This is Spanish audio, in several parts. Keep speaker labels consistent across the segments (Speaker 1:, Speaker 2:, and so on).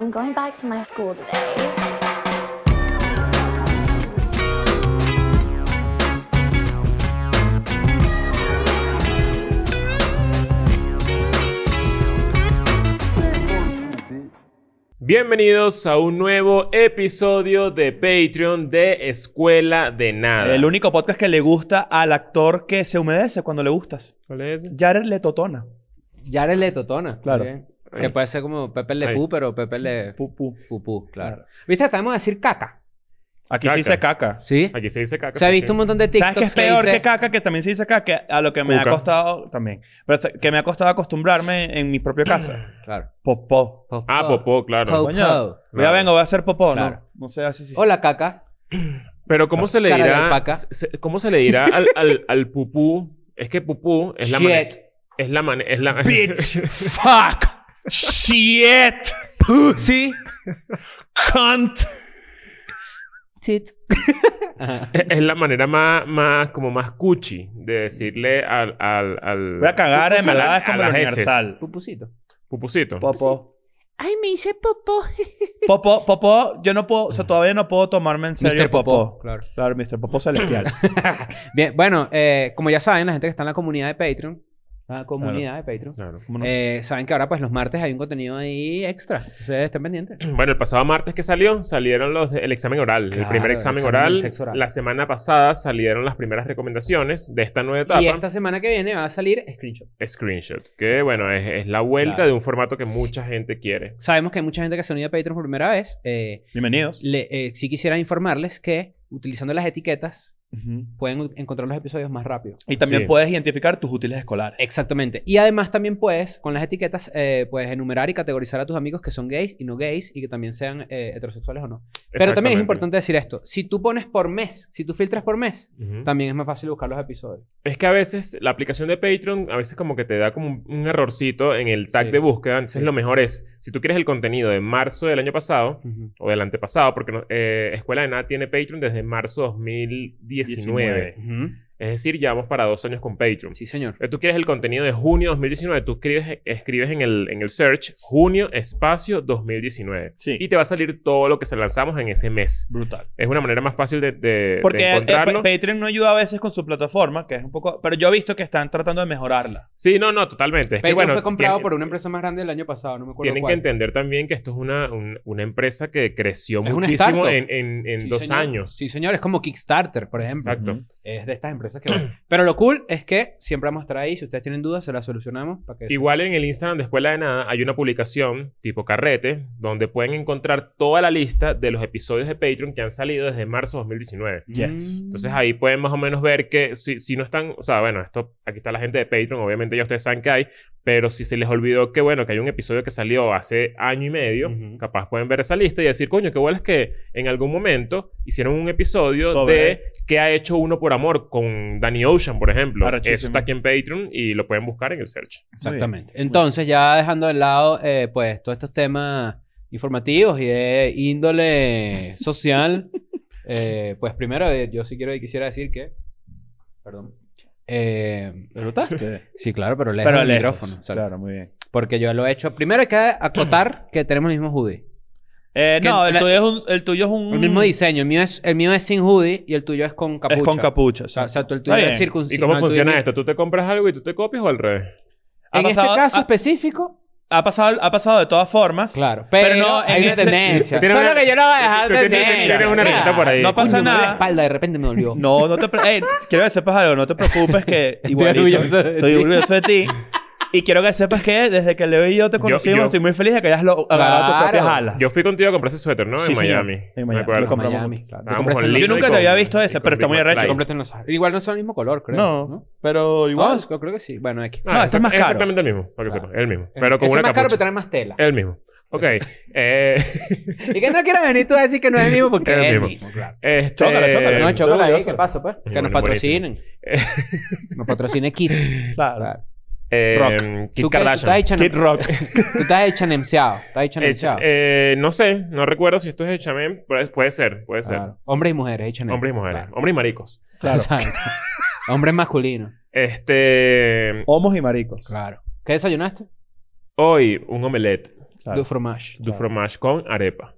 Speaker 1: I'm going back to my school today.
Speaker 2: Bienvenidos a un nuevo episodio de Patreon de Escuela de Nada.
Speaker 3: El único podcast que le gusta al actor que se humedece cuando le gustas.
Speaker 2: ¿Cuál es?
Speaker 3: Jared Le Totona.
Speaker 4: Jared Le Totona.
Speaker 3: Claro.
Speaker 4: ¿sí?
Speaker 2: Ahí.
Speaker 4: Que puede ser como Pepe Le
Speaker 2: Ahí.
Speaker 4: Pú, pero Pepe Le
Speaker 3: Pupú.
Speaker 4: Pupú, claro.
Speaker 3: Claro.
Speaker 4: ¿Viste? Estamos a decir caca.
Speaker 3: Aquí
Speaker 2: Caca.
Speaker 3: se dice caca.
Speaker 4: ¿Sí?
Speaker 2: Aquí se dice caca.
Speaker 4: Se ha
Speaker 2: sí,
Speaker 4: visto
Speaker 2: sí.
Speaker 4: un montón de TikToks
Speaker 3: ¿Sabes qué es peor
Speaker 4: que,
Speaker 3: que
Speaker 4: dicen-
Speaker 3: caca? Que también se dice caca. Que a lo que me
Speaker 2: Cuca.
Speaker 3: ha costado también. Pero se- que me ha costado acostumbrarme en mi propia casa.
Speaker 4: Claro.
Speaker 3: Popó.
Speaker 4: Po-
Speaker 2: Ah, popó, claro.
Speaker 4: Po-
Speaker 3: Coño.
Speaker 4: po.
Speaker 3: Voy a vengo, voy a hacer popó,
Speaker 4: Claro.
Speaker 3: ¿no? No sé así. sí.
Speaker 4: Hola, caca.
Speaker 2: Pero ¿cómo se le
Speaker 4: Cara de
Speaker 2: dirá,
Speaker 4: alpaca.
Speaker 2: se- cómo se le dirá al, al, al pupú? Es que pupú es la manera...
Speaker 4: Shit.
Speaker 2: Es la manera... Es la...
Speaker 3: Bitch. Fuck. Shit.
Speaker 4: Pussy.
Speaker 3: Cunt.
Speaker 4: Tit. Ajá.
Speaker 2: es la manera más, más... Como más cuchi de decirle al... al, al
Speaker 3: Voy a cagar, en
Speaker 2: a la-
Speaker 3: verdad es
Speaker 2: a
Speaker 3: como
Speaker 2: las
Speaker 3: el
Speaker 2: heces.
Speaker 3: universal.
Speaker 4: Pupusito.
Speaker 2: Pupusito.
Speaker 3: Popó.
Speaker 4: Ay, me hice popó.
Speaker 3: Popó, popó, yo no puedo, o sea, todavía no puedo tomarme en serio
Speaker 4: Mr. Popó.
Speaker 3: popó.
Speaker 4: Claro.
Speaker 3: Claro, Mr. Popó celestial.
Speaker 4: Bien, bueno, eh, como ya saben, la gente que está en la comunidad de Patreon, la comunidad de Patreon,
Speaker 2: Claro.
Speaker 3: ¿Cómo no?
Speaker 4: eh, saben que ahora, pues los martes hay un contenido ahí extra. Entonces estén pendientes.
Speaker 2: Bueno, el pasado martes que salió, salieron los de- el examen oral, el
Speaker 4: Claro,
Speaker 2: primer
Speaker 4: el
Speaker 2: examen,
Speaker 4: examen
Speaker 2: oral.
Speaker 4: del sexo oral.
Speaker 2: La semana pasada salieron las primeras recomendaciones de esta nueva etapa.
Speaker 4: Y esta semana que viene va a salir Screenshot.
Speaker 2: Screenshot, que bueno, es, es la vuelta
Speaker 4: Claro.
Speaker 2: de un formato que mucha gente quiere.
Speaker 4: Sabemos que hay mucha gente que se ha unido a Patreon por primera vez. Eh,
Speaker 3: Bienvenidos.
Speaker 4: le- eh, sí quisiera informarles que utilizando las etiquetas
Speaker 3: Ujú.
Speaker 4: pueden u- encontrar los episodios más rápido.
Speaker 3: Y también
Speaker 2: Sí.
Speaker 3: puedes identificar tus útiles escolares.
Speaker 4: Exactamente. Y además también puedes, con las etiquetas, eh, puedes enumerar y categorizar a tus amigos que son gays y no gays y que también sean eh, heterosexuales o no. Pero también es
Speaker 2: Exactamente.
Speaker 4: importante decir esto. Si tú pones por mes, si tú filtras por mes,
Speaker 2: Ujú.
Speaker 4: también es más fácil buscar los episodios.
Speaker 2: Es que a veces la aplicación de Patreon, a veces como que te da como un, un errorcito en el tag
Speaker 4: Sí.
Speaker 2: de búsqueda. Entonces
Speaker 4: Sí.
Speaker 2: lo mejor es, si tú quieres el contenido de marzo del año pasado o del antepasado, porque no- eh, Escuela de Nada tiene Patreon desde marzo 2019.
Speaker 3: 19.
Speaker 4: Ujú.
Speaker 2: Es decir, ya vamos para dos años con Patreon.
Speaker 4: Sí, señor.
Speaker 2: Eh, Tú quieres el contenido de junio 2019, tú escribes, escribes en, el, en el search junio espacio 2019.
Speaker 3: Sí.
Speaker 2: Y te va a salir todo lo que se lanzamos en ese mes.
Speaker 3: Brutal.
Speaker 2: Es una manera más fácil de, de- de
Speaker 3: Porque eh,
Speaker 2: encontrarlo.
Speaker 3: Pa- Patreon no ayuda a veces con su plataforma, que es un poco... Pero yo he visto que están tratando de mejorarla.
Speaker 2: sí, no, no, totalmente. Es que,
Speaker 4: Patreon
Speaker 2: bueno,
Speaker 4: fue comprado
Speaker 2: tienen-
Speaker 4: por una empresa más grande el año pasado, no me acuerdo
Speaker 2: Tienen
Speaker 4: cuál.
Speaker 2: que entender también que esto es una, un- una empresa que creció
Speaker 4: Es una
Speaker 2: muchísimo
Speaker 4: startup.
Speaker 2: en, en- en
Speaker 4: Sí,
Speaker 2: dos
Speaker 4: señor.
Speaker 2: años.
Speaker 4: Sí, señor. Es como Kickstarter, por ejemplo.
Speaker 2: Exacto.
Speaker 3: Ujú.
Speaker 4: Es de estas empresas que van. Pero lo cool es que siempre vamos a estar ahí. Si ustedes tienen dudas, se las solucionamos. Para que
Speaker 2: Igual en el Instagram de Escuela de Nada hay una publicación tipo carrete donde pueden encontrar toda la lista de los episodios de Patreon que han salido desde marzo 2019.
Speaker 3: Yes.
Speaker 4: Mm.
Speaker 2: Entonces ahí pueden más o menos ver que si, si no están, o sea, bueno, esto, aquí está la gente de Patreon, obviamente ya ustedes saben que hay, pero si se les olvidó que, bueno, que hay un episodio que salió hace año y medio,
Speaker 4: Ujú.
Speaker 2: capaz pueden ver esa lista y decir, coño, qué bueno es que en algún momento hicieron un episodio
Speaker 3: Sobre-
Speaker 2: de qué ha hecho uno por amor con Danny Ocean, por ejemplo.
Speaker 3: Arrechísimo.
Speaker 2: Eso está aquí en Patreon y lo pueden buscar en el search.
Speaker 4: Exactamente. Entonces, ya dejando de lado, eh, pues, todos estos temas informativos y de índole social, eh, pues, primero, eh, yo sí quiero y quisiera decir que... Perdón. Eh,
Speaker 3: ¿Lo notaste?
Speaker 4: sí, claro, pero lejos
Speaker 3: pero
Speaker 4: del
Speaker 3: lejos.
Speaker 4: micrófono. exacto.
Speaker 3: Claro, muy bien.
Speaker 4: Porque yo lo he hecho... Primero hay que acotar que tenemos el mismo hoodie.
Speaker 3: Eh,
Speaker 4: Que
Speaker 3: no, el
Speaker 4: la-
Speaker 3: tuyo, es un, el tuyo es un...
Speaker 4: El mismo diseño. El mío es, el mío es sin hoodie y el tuyo es con capucha.
Speaker 3: Mm.
Speaker 4: Ah,
Speaker 3: Es con capucha.
Speaker 4: O sea, o sea, tú- el
Speaker 3: Está
Speaker 4: tuyo es
Speaker 3: bien.
Speaker 2: ¿Y
Speaker 4: circunciso.
Speaker 2: cómo
Speaker 4: no, el tuyo
Speaker 2: funciona
Speaker 4: es-
Speaker 2: esto? ¿Tú te compras algo y tú te copias o al revés?
Speaker 3: Ha
Speaker 4: En
Speaker 3: pasado-
Speaker 4: este caso
Speaker 3: ha-
Speaker 4: específico,
Speaker 3: Ha, pasado, ha pasado de todas formas.
Speaker 4: claro. Pero,
Speaker 3: no,
Speaker 4: hay
Speaker 3: en
Speaker 4: una
Speaker 3: este-
Speaker 4: tendencia.
Speaker 2: Tú tienes
Speaker 4: Solo
Speaker 2: una-
Speaker 4: que yo la voy a dejar
Speaker 2: tú tienes-
Speaker 4: tendencia.
Speaker 2: tienes una
Speaker 4: Mira,
Speaker 2: receta por ahí.
Speaker 3: No pasa
Speaker 4: coño, me duele
Speaker 3: nada.
Speaker 4: La espalda de repente me dolió.
Speaker 3: No, no te... pre- Ey, quiero que sepas algo. No te preocupes que igualito...
Speaker 4: orgulloso de
Speaker 3: estoy
Speaker 4: ti.
Speaker 3: orgulloso de ti. Y quiero que sepas que desde que Leo y yo te conocimos,
Speaker 2: yo-
Speaker 3: estoy muy feliz de que hayas lo- agarrado
Speaker 4: Claro.
Speaker 3: tus propias alas.
Speaker 2: Yo fui contigo a comprar ese suéter, ¿no?
Speaker 3: Sí,
Speaker 2: en,
Speaker 3: señor.
Speaker 2: Miami.
Speaker 3: En
Speaker 2: Me
Speaker 3: Miami.
Speaker 2: acuerdo. Ah,
Speaker 3: Lo compramos.
Speaker 4: Miami, claro. Tú
Speaker 2: Estábamos
Speaker 4: compraste
Speaker 2: con
Speaker 4: en los-
Speaker 2: Lino
Speaker 3: Yo nunca
Speaker 2: y
Speaker 3: te
Speaker 2: con-
Speaker 3: había visto
Speaker 2: y
Speaker 3: ese,
Speaker 2: con
Speaker 3: pero está
Speaker 2: Big
Speaker 3: muy
Speaker 2: Mac
Speaker 3: arrecho.
Speaker 2: Light.
Speaker 4: Lo compraste en los Igual no son el mismo color, creo.
Speaker 3: No, pero
Speaker 4: Igual.
Speaker 3: igual.
Speaker 4: yo creo que sí. Bueno, aquí.
Speaker 2: Ah,
Speaker 3: No, este es más caro. Ah. Eh,
Speaker 2: Exactamente el mismo, para que
Speaker 4: Claro.
Speaker 2: sepas. El mismo. Pero con
Speaker 4: Ese
Speaker 2: una
Speaker 4: es más caro, pero
Speaker 2: capucha.
Speaker 4: trae más tela.
Speaker 2: El mismo. Ok. eh,
Speaker 4: Y que no quieran venir tú a decir que no es el mismo porque
Speaker 2: El
Speaker 4: es el
Speaker 2: mismo.
Speaker 4: mismo. claro.
Speaker 2: este,
Speaker 3: Chócala, chócala.
Speaker 4: No,
Speaker 3: Eh,
Speaker 4: chocolate ahí.
Speaker 3: orgulloso.
Speaker 4: ¿Qué pasa, pues? Que
Speaker 2: bueno,
Speaker 4: nos patrocinen. Nos patrocine Kit.
Speaker 3: Claro.
Speaker 4: Claro.
Speaker 2: eh, Kim
Speaker 4: Tú que- tú estás
Speaker 2: Kardashian.
Speaker 4: hecha-
Speaker 3: Kid Rock.
Speaker 4: Tú estás echanemseado. Estás
Speaker 2: Eh,
Speaker 4: echanemseado.
Speaker 2: eh, no sé, no recuerdo si esto es de Chamem. Puede, puede ser, puede ser.
Speaker 4: Claro. Hombres y mujeres,
Speaker 3: H&M.
Speaker 4: echanem.
Speaker 2: Hombres y mujeres.
Speaker 4: Claro.
Speaker 2: Hombres y maricos.
Speaker 3: Claro.
Speaker 4: Exacto. Hombres masculinos.
Speaker 2: Este.
Speaker 3: Homos y maricos.
Speaker 4: Claro. ¿Qué desayunaste?
Speaker 2: Hoy, un omelette.
Speaker 3: Claro.
Speaker 4: Du fromage.
Speaker 2: Du fromage con arepa.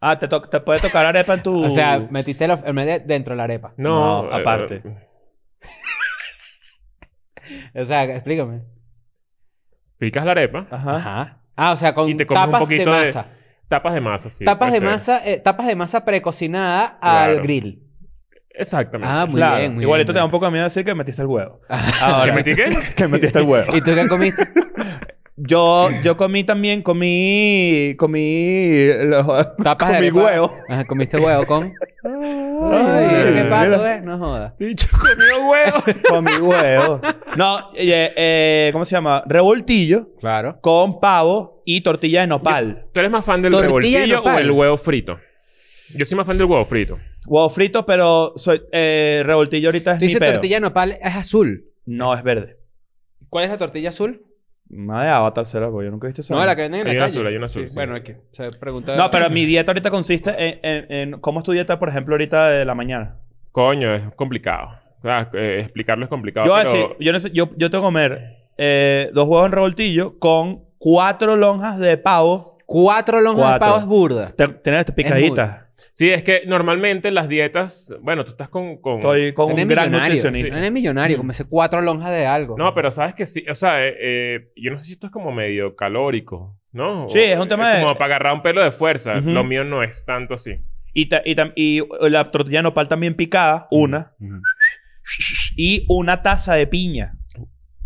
Speaker 3: Ah, te, to- te puede tocar arepa en tu...
Speaker 4: O sea,
Speaker 2: Uh.
Speaker 4: metiste la- el medio dentro de la arepa.
Speaker 2: No,
Speaker 3: No,
Speaker 2: eh,
Speaker 3: aparte.
Speaker 4: O sea, explícame.
Speaker 2: Picas la arepa,
Speaker 3: Ajá.
Speaker 4: Ajá. Ah, o sea, con
Speaker 2: Y te comes un
Speaker 4: tapas de
Speaker 2: poquito de-
Speaker 4: masa.
Speaker 2: tapas de masa, sí.
Speaker 4: tapas,
Speaker 2: puede
Speaker 4: de
Speaker 2: ser.
Speaker 4: masa eh, tapas de masa precocinada al
Speaker 2: Claro.
Speaker 4: grill.
Speaker 2: Exactamente.
Speaker 4: Ah, muy
Speaker 3: claro.
Speaker 4: bien, muy
Speaker 3: Igualito te da
Speaker 4: bien.
Speaker 3: un poco de miedo decir que metiste el huevo.
Speaker 2: ¿Que
Speaker 3: Ahora,
Speaker 2: metí qué?
Speaker 3: Ah. que metiste el huevo.
Speaker 4: ¿Y tú qué comiste?
Speaker 3: Yo, yo comí también, comí, comí, lo-
Speaker 4: Tapas de
Speaker 3: comí
Speaker 4: arepa.
Speaker 3: huevo.
Speaker 4: Ajá, comiste huevo con... Ay,
Speaker 3: Ay,
Speaker 4: qué pato,
Speaker 3: mira.
Speaker 4: ¿eh? No jodas.
Speaker 2: Bicho, comió huevo.
Speaker 3: Comí huevo. No, eh, eh, ¿cómo se llama? Revoltillo
Speaker 4: Claro.
Speaker 3: con pavo y tortilla de nopal.
Speaker 2: ¿Tú eres más fan del
Speaker 4: Tortilla de
Speaker 2: revoltillo o
Speaker 4: nopal.
Speaker 2: el huevo frito? Yo soy más fan del huevo frito.
Speaker 3: Huevo frito, pero soy, eh, revoltillo ahorita es
Speaker 4: Tú
Speaker 3: mi
Speaker 4: dices
Speaker 3: peo.
Speaker 4: tortilla de nopal, es azul.
Speaker 3: No, es verde.
Speaker 4: ¿Cuál es la tortilla azul?
Speaker 3: Madre de avatar será, porque yo nunca he visto esa.
Speaker 4: No,
Speaker 3: vaina.
Speaker 4: la que venden en la
Speaker 2: Hay una
Speaker 4: calle.
Speaker 2: azul, hay una azul, sí.
Speaker 4: Bueno, aquí. Se pregunta...
Speaker 3: No, pero mi dieta ahorita consiste en, en- en- ¿Cómo es tu dieta, por ejemplo, ahorita de la mañana?
Speaker 2: Coño, es complicado. Ah, eh, explicarlo es complicado.
Speaker 3: yo, voy a
Speaker 2: pero...
Speaker 3: decir, yo, no sé- yo, yo tengo que comer eh, dos huevos en revoltillo con cuatro lonjas de pavo.
Speaker 4: Cuatro lonjas
Speaker 3: Cuatro.
Speaker 4: de pavo es burda.
Speaker 3: Te- Tienes picaditas.
Speaker 2: Sí, es que normalmente las dietas... Bueno, tú estás con... con-
Speaker 3: Estoy con
Speaker 4: Eres
Speaker 3: un gran
Speaker 4: millonario.
Speaker 3: nutricionista.
Speaker 4: No eres millonario. Comese cuatro lonjas de algo.
Speaker 2: No, pero sabes que sí. O sea, eh, eh, yo no sé si esto es como medio calórico, ¿no?
Speaker 3: Sí, es un tema de-
Speaker 2: Como para agarrar un pelo de fuerza.
Speaker 3: Ujú.
Speaker 2: Lo mío no es tanto así.
Speaker 3: Y, ta- y, tam- y la tortilla de nopal también picada,
Speaker 4: Mm.
Speaker 3: una.
Speaker 4: Ujú.
Speaker 3: Y una taza de piña.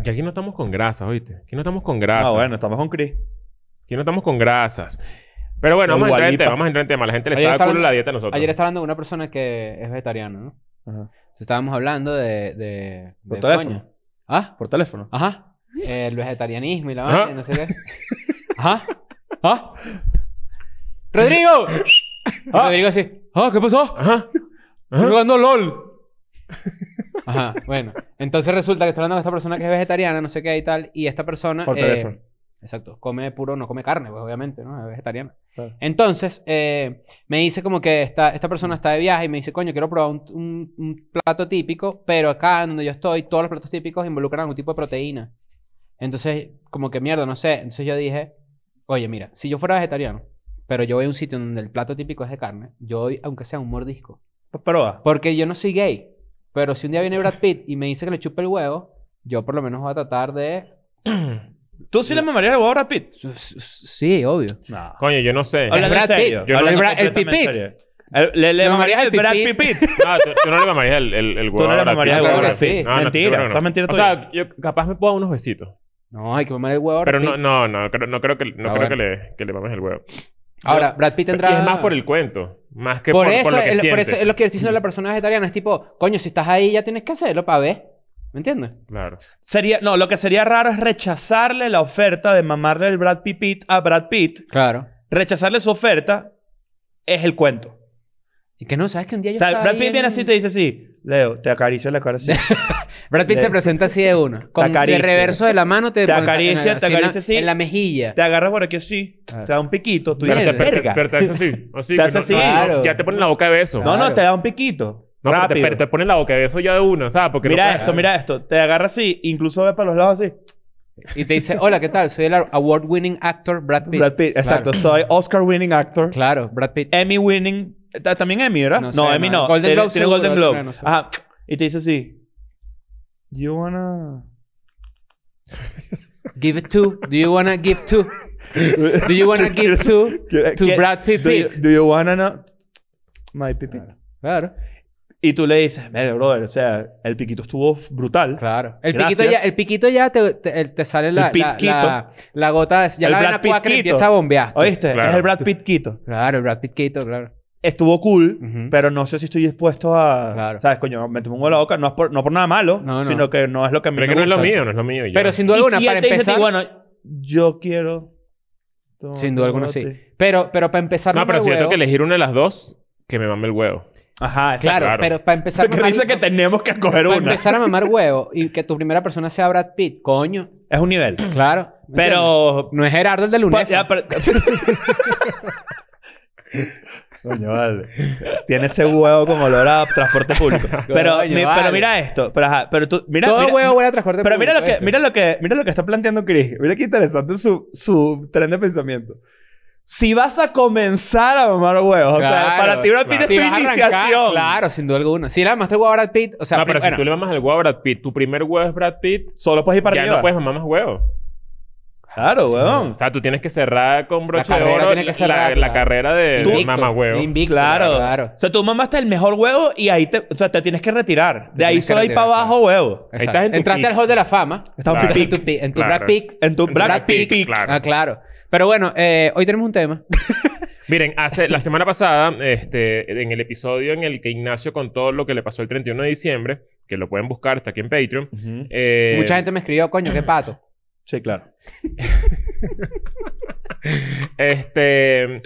Speaker 2: Que aquí no estamos con grasas, ¿oíste? Aquí no estamos con
Speaker 3: Ah,
Speaker 2: grasas.
Speaker 3: bueno, estamos con Chris.
Speaker 2: Aquí no estamos con grasas. Pero bueno,
Speaker 3: Los
Speaker 2: vamos a entrar en
Speaker 3: Dualipa.
Speaker 2: tema. Vamos a entrar en tema. La gente le
Speaker 4: Ayer
Speaker 2: sabe
Speaker 4: estaba-
Speaker 2: culo la dieta a nosotros.
Speaker 4: Ayer estaba hablando con una persona que es vegetariana, ¿no?
Speaker 3: Ajá.
Speaker 4: Entonces estábamos hablando de... de,
Speaker 3: Por
Speaker 4: de
Speaker 3: teléfono.
Speaker 4: coño. ¿Ah?
Speaker 3: Por teléfono.
Speaker 4: Ajá. Eh, El vegetarianismo y la
Speaker 3: Ah.
Speaker 2: Ajá.
Speaker 4: vaina, y no sé qué. Ajá. ¿Ah? ¡Rodrigo! Y
Speaker 3: Ah.
Speaker 4: Rodrigo así. ¿Ah? ¿Qué pasó?
Speaker 2: Ajá.
Speaker 4: Estoy
Speaker 2: Ajá.
Speaker 4: jugando LOL. Ajá, bueno. Entonces resulta que estoy hablando con esta persona que es vegetariana, no sé qué y tal. Y esta persona.
Speaker 3: Por
Speaker 4: eh,
Speaker 3: teléfono.
Speaker 4: Exacto. Come puro, no come carne, pues obviamente, ¿no? Es vegetariana.
Speaker 3: Claro.
Speaker 4: Entonces, eh, me dice como que esta, esta persona está de viaje y me dice, coño, quiero probar un, un- un plato típico, pero acá en donde yo estoy, todos los platos típicos involucran algún tipo de proteína. Entonces, como que mierda, no sé. Entonces yo dije, oye, mira, si yo fuera vegetariano, pero yo voy a un sitio donde el plato típico es de carne, yo doy, aunque sea un mordisco.
Speaker 3: Pues prueba.
Speaker 4: Porque yo no soy gay. Pero si un día viene Brad Pitt y me dice que le chupe el huevo, yo por lo menos voy a tratar de.
Speaker 3: ¿Tú sí le mamarías el huevo rapid?
Speaker 4: S- s- Sí, obvio.
Speaker 3: No.
Speaker 2: Coño, yo no sé.
Speaker 4: Habla-
Speaker 3: Hablando
Speaker 4: Brad
Speaker 3: en
Speaker 4: Pitt.
Speaker 3: serio.
Speaker 2: Yo no-
Speaker 3: hablando
Speaker 4: El Brad- el
Speaker 3: completamente en
Speaker 4: Pipit.
Speaker 3: serio. El- le, le
Speaker 4: Le
Speaker 3: mamarías el
Speaker 4: mamarías
Speaker 3: Brad
Speaker 4: el
Speaker 3: Pipit.
Speaker 2: No, Ah, tú, tú no le mamarías el, el, el huevo.
Speaker 3: Tú no le
Speaker 2: a Brad
Speaker 3: mamarías
Speaker 2: Pitt,
Speaker 4: el huevo a
Speaker 2: seguro
Speaker 4: Brad
Speaker 2: que
Speaker 4: Pitt.
Speaker 2: No, no,
Speaker 3: Mentira,
Speaker 2: seguro que
Speaker 3: eso es mentira
Speaker 2: O sea, yo capaz me puedo dar unos besitos.
Speaker 4: No, hay que mamar el huevo a Brad
Speaker 2: Pero no,
Speaker 4: Pitt.
Speaker 2: no, no, creo- no creo que, no
Speaker 4: Ah,
Speaker 2: creo
Speaker 4: bueno.
Speaker 2: que le, que le mames el huevo.
Speaker 4: Ahora, Brad Pitt tendrá.
Speaker 2: Y es más por el cuento. Más que por,
Speaker 4: Por
Speaker 2: por
Speaker 4: eso,
Speaker 2: lo que
Speaker 4: es, por
Speaker 2: sientes.
Speaker 4: eso es lo que estoy diciendo a la persona vegetariana. Es tipo, coño, si estás ahí ya tienes que hacerlo para ver. ¿Me entiendes?
Speaker 2: Claro.
Speaker 3: Sería, no, lo que sería raro es rechazarle la oferta de mamarle el Brad Pitt a Brad Pitt.
Speaker 4: Claro.
Speaker 3: Rechazarle su oferta es el cuento.
Speaker 4: Y que no, ¿sabes que un día yo
Speaker 3: O sea,
Speaker 4: estaba
Speaker 3: Brad
Speaker 4: ahí
Speaker 3: Pitt
Speaker 4: en-
Speaker 3: viene así y te dice así, Leo, te acaricio la cara así.
Speaker 4: Brad Pitt
Speaker 3: Le-
Speaker 4: se presenta así de uno. Con
Speaker 3: acaricia.
Speaker 4: el reverso de la mano te,
Speaker 3: Te
Speaker 4: pone en la-
Speaker 3: acaricia,
Speaker 4: en la, así
Speaker 3: te
Speaker 4: en la-
Speaker 3: acaricia, sí.
Speaker 4: En la mejilla.
Speaker 3: te agarra por aquí así, te da un piquito, tú
Speaker 2: Pero
Speaker 3: dices,
Speaker 2: te, pero te-
Speaker 3: verga.
Speaker 2: pero te hace así. así
Speaker 3: Te
Speaker 2: que
Speaker 3: hace así.
Speaker 4: Claro.
Speaker 2: Ya te ponen la boca de beso.
Speaker 3: No, no,
Speaker 4: Claro.
Speaker 3: te da un piquito.
Speaker 2: No, pero te-
Speaker 3: rápido.
Speaker 2: pero te ponen la boca de beso ya de una, ¿sabes? Porque no
Speaker 3: mira
Speaker 2: puedes-
Speaker 3: esto, mira esto. Te agarra así, incluso ve para los lados así.
Speaker 4: Y te dice, hola, ¿qué tal? Soy el award-winning actor Brad Pitt.
Speaker 3: Brad Pitt, exacto.
Speaker 4: Claro.
Speaker 3: Soy Oscar winning actor.
Speaker 4: Claro, Brad Pitt.
Speaker 3: Emmy winning. ta- También Emmy, ¿verdad? No,
Speaker 4: No sé,
Speaker 3: Emmy
Speaker 4: man.
Speaker 3: no.
Speaker 4: Golden
Speaker 3: tiene,
Speaker 4: Globe
Speaker 3: tiene
Speaker 4: seguro,
Speaker 3: Golden
Speaker 4: creo,
Speaker 3: Globe.
Speaker 4: no sé.
Speaker 3: Ajá. Y te dice así. You wanna.
Speaker 4: Give it to. Do you wanna give to? Do you wanna give to?
Speaker 3: ¿Quieres-
Speaker 4: To
Speaker 3: quieres-
Speaker 4: Brad Pitt.
Speaker 3: Do you, do you wanna know? My pipit.
Speaker 4: Claro,
Speaker 3: Y tú le dices, mire, brother, o sea, el piquito estuvo f- brutal.
Speaker 4: claro. El
Speaker 3: Gracias.
Speaker 4: piquito ya, el piquito ya te, te, el- te sale la,
Speaker 3: El
Speaker 4: la,
Speaker 3: pitquito.
Speaker 4: la, la gota de. Ya
Speaker 3: El
Speaker 4: la
Speaker 3: Brad
Speaker 4: vena cuaca le
Speaker 3: Pittquito.
Speaker 4: empieza a bombear.
Speaker 3: ¿Oíste?
Speaker 2: Claro.
Speaker 3: Es el Brad Pitt Quito.
Speaker 4: Claro, el Brad Pittquito, claro.
Speaker 3: Estuvo cool,
Speaker 4: Ujú.
Speaker 3: pero no sé si estoy dispuesto a.
Speaker 4: Claro.
Speaker 3: ¿Sabes, coño? Me tomo en la boca, no, es por, no por nada malo,
Speaker 4: No, no.
Speaker 3: sino que no es lo que a mí
Speaker 2: Pero es
Speaker 3: me
Speaker 2: que no es lo
Speaker 3: gusta.
Speaker 2: mío, no es lo mío. y ya.
Speaker 4: Pero sin duda
Speaker 3: Y
Speaker 4: alguna,
Speaker 3: si él
Speaker 4: para
Speaker 3: te dice a ti,
Speaker 4: empezar.
Speaker 3: bueno, yo quiero.
Speaker 4: Sin duda alguna, sí.
Speaker 3: tomarte".
Speaker 4: Pero, pero para empezar.
Speaker 2: No,
Speaker 4: mamá
Speaker 2: pero si yo
Speaker 4: huevo-
Speaker 2: tengo que elegir una de las dos, que me mame el huevo.
Speaker 3: Ajá, exacto.
Speaker 4: Claro,
Speaker 2: claro.
Speaker 4: pero para empezar.
Speaker 3: Porque
Speaker 4: mamar-
Speaker 3: dice que tenemos que escoger
Speaker 4: para
Speaker 3: una.
Speaker 4: empezar a mamar huevo y que tu primera persona sea Brad Pitt, coño.
Speaker 3: Es un nivel.
Speaker 4: Claro. ¿me entiendes?
Speaker 3: Pero.
Speaker 4: No es Gerardo el de
Speaker 3: pa-
Speaker 4: lunes.
Speaker 3: ya, pero- Coño, vale. Tiene ese huevo con olor a transporte público. Pero,
Speaker 4: Coño,
Speaker 3: mi-
Speaker 4: vale.
Speaker 3: pero mira esto. Pero, ajá, pero tú, mira,
Speaker 4: Todo
Speaker 3: mira-
Speaker 4: huevo huele a transporte
Speaker 3: Pero mira lo,
Speaker 4: público,
Speaker 3: que,
Speaker 4: ¿oíste?
Speaker 3: mira, lo que, mira lo que está planteando Chris. Mira qué interesante su, su tren de pensamiento. si vas a comenzar a mamar huevos. o sea,
Speaker 4: Claro,
Speaker 3: para ti Brad Pitt
Speaker 2: claro.
Speaker 3: es
Speaker 4: Si
Speaker 3: tu
Speaker 4: vas a arrancar,
Speaker 3: iniciación.
Speaker 4: claro, sin duda alguna. Si era Master Guava Brad Pitt, o sea,
Speaker 2: no, pero
Speaker 4: pri-
Speaker 2: si tú le mamas el huevo a Brad Pitt, tu primer huevo es Brad Pitt,
Speaker 3: Solo puedes ir para
Speaker 2: ya
Speaker 3: arriba.
Speaker 2: no puedes mamar más huevo.
Speaker 3: Claro,
Speaker 2: O
Speaker 3: weón.
Speaker 2: sea, tú tienes que cerrar con broche de
Speaker 4: carrera
Speaker 2: oro
Speaker 4: tiene que
Speaker 2: la-
Speaker 4: cerrar,
Speaker 2: la,
Speaker 4: claro.
Speaker 2: carrera de
Speaker 4: Tú-
Speaker 2: mamá huevo.
Speaker 4: Invicto,
Speaker 3: Claro.
Speaker 4: claro.
Speaker 3: O sea, tú mamaste el mejor huevo y ahí te, o sea, te tienes que retirar. De ahí
Speaker 4: tienes que
Speaker 3: solo hay para
Speaker 4: retirar,
Speaker 3: abajo, huevo.
Speaker 2: Ahí estás
Speaker 4: Exacto.
Speaker 2: en tu
Speaker 4: Entraste
Speaker 2: peak.
Speaker 4: al Hall de la Fama.
Speaker 3: Estás
Speaker 2: Claro.
Speaker 3: en
Speaker 4: En tu,
Speaker 3: tu pick.
Speaker 4: pi- en tu
Speaker 2: Claro.
Speaker 4: Brad Pitt.
Speaker 3: En tu Brad,
Speaker 4: Brad
Speaker 3: Pitt.
Speaker 4: Pitt.
Speaker 2: Claro.
Speaker 4: Ah, claro. Pero bueno, eh, hoy tenemos un tema.
Speaker 2: Miren, hace, la semana pasada, este, en el episodio en el que Ignacio contó lo que le pasó el 31 de diciembre, que lo pueden buscar, está aquí en Patreon.
Speaker 3: Ujú.
Speaker 2: eh,
Speaker 4: Mucha gente me escribió, coño, qué pato.
Speaker 3: Sí, claro.
Speaker 2: Este,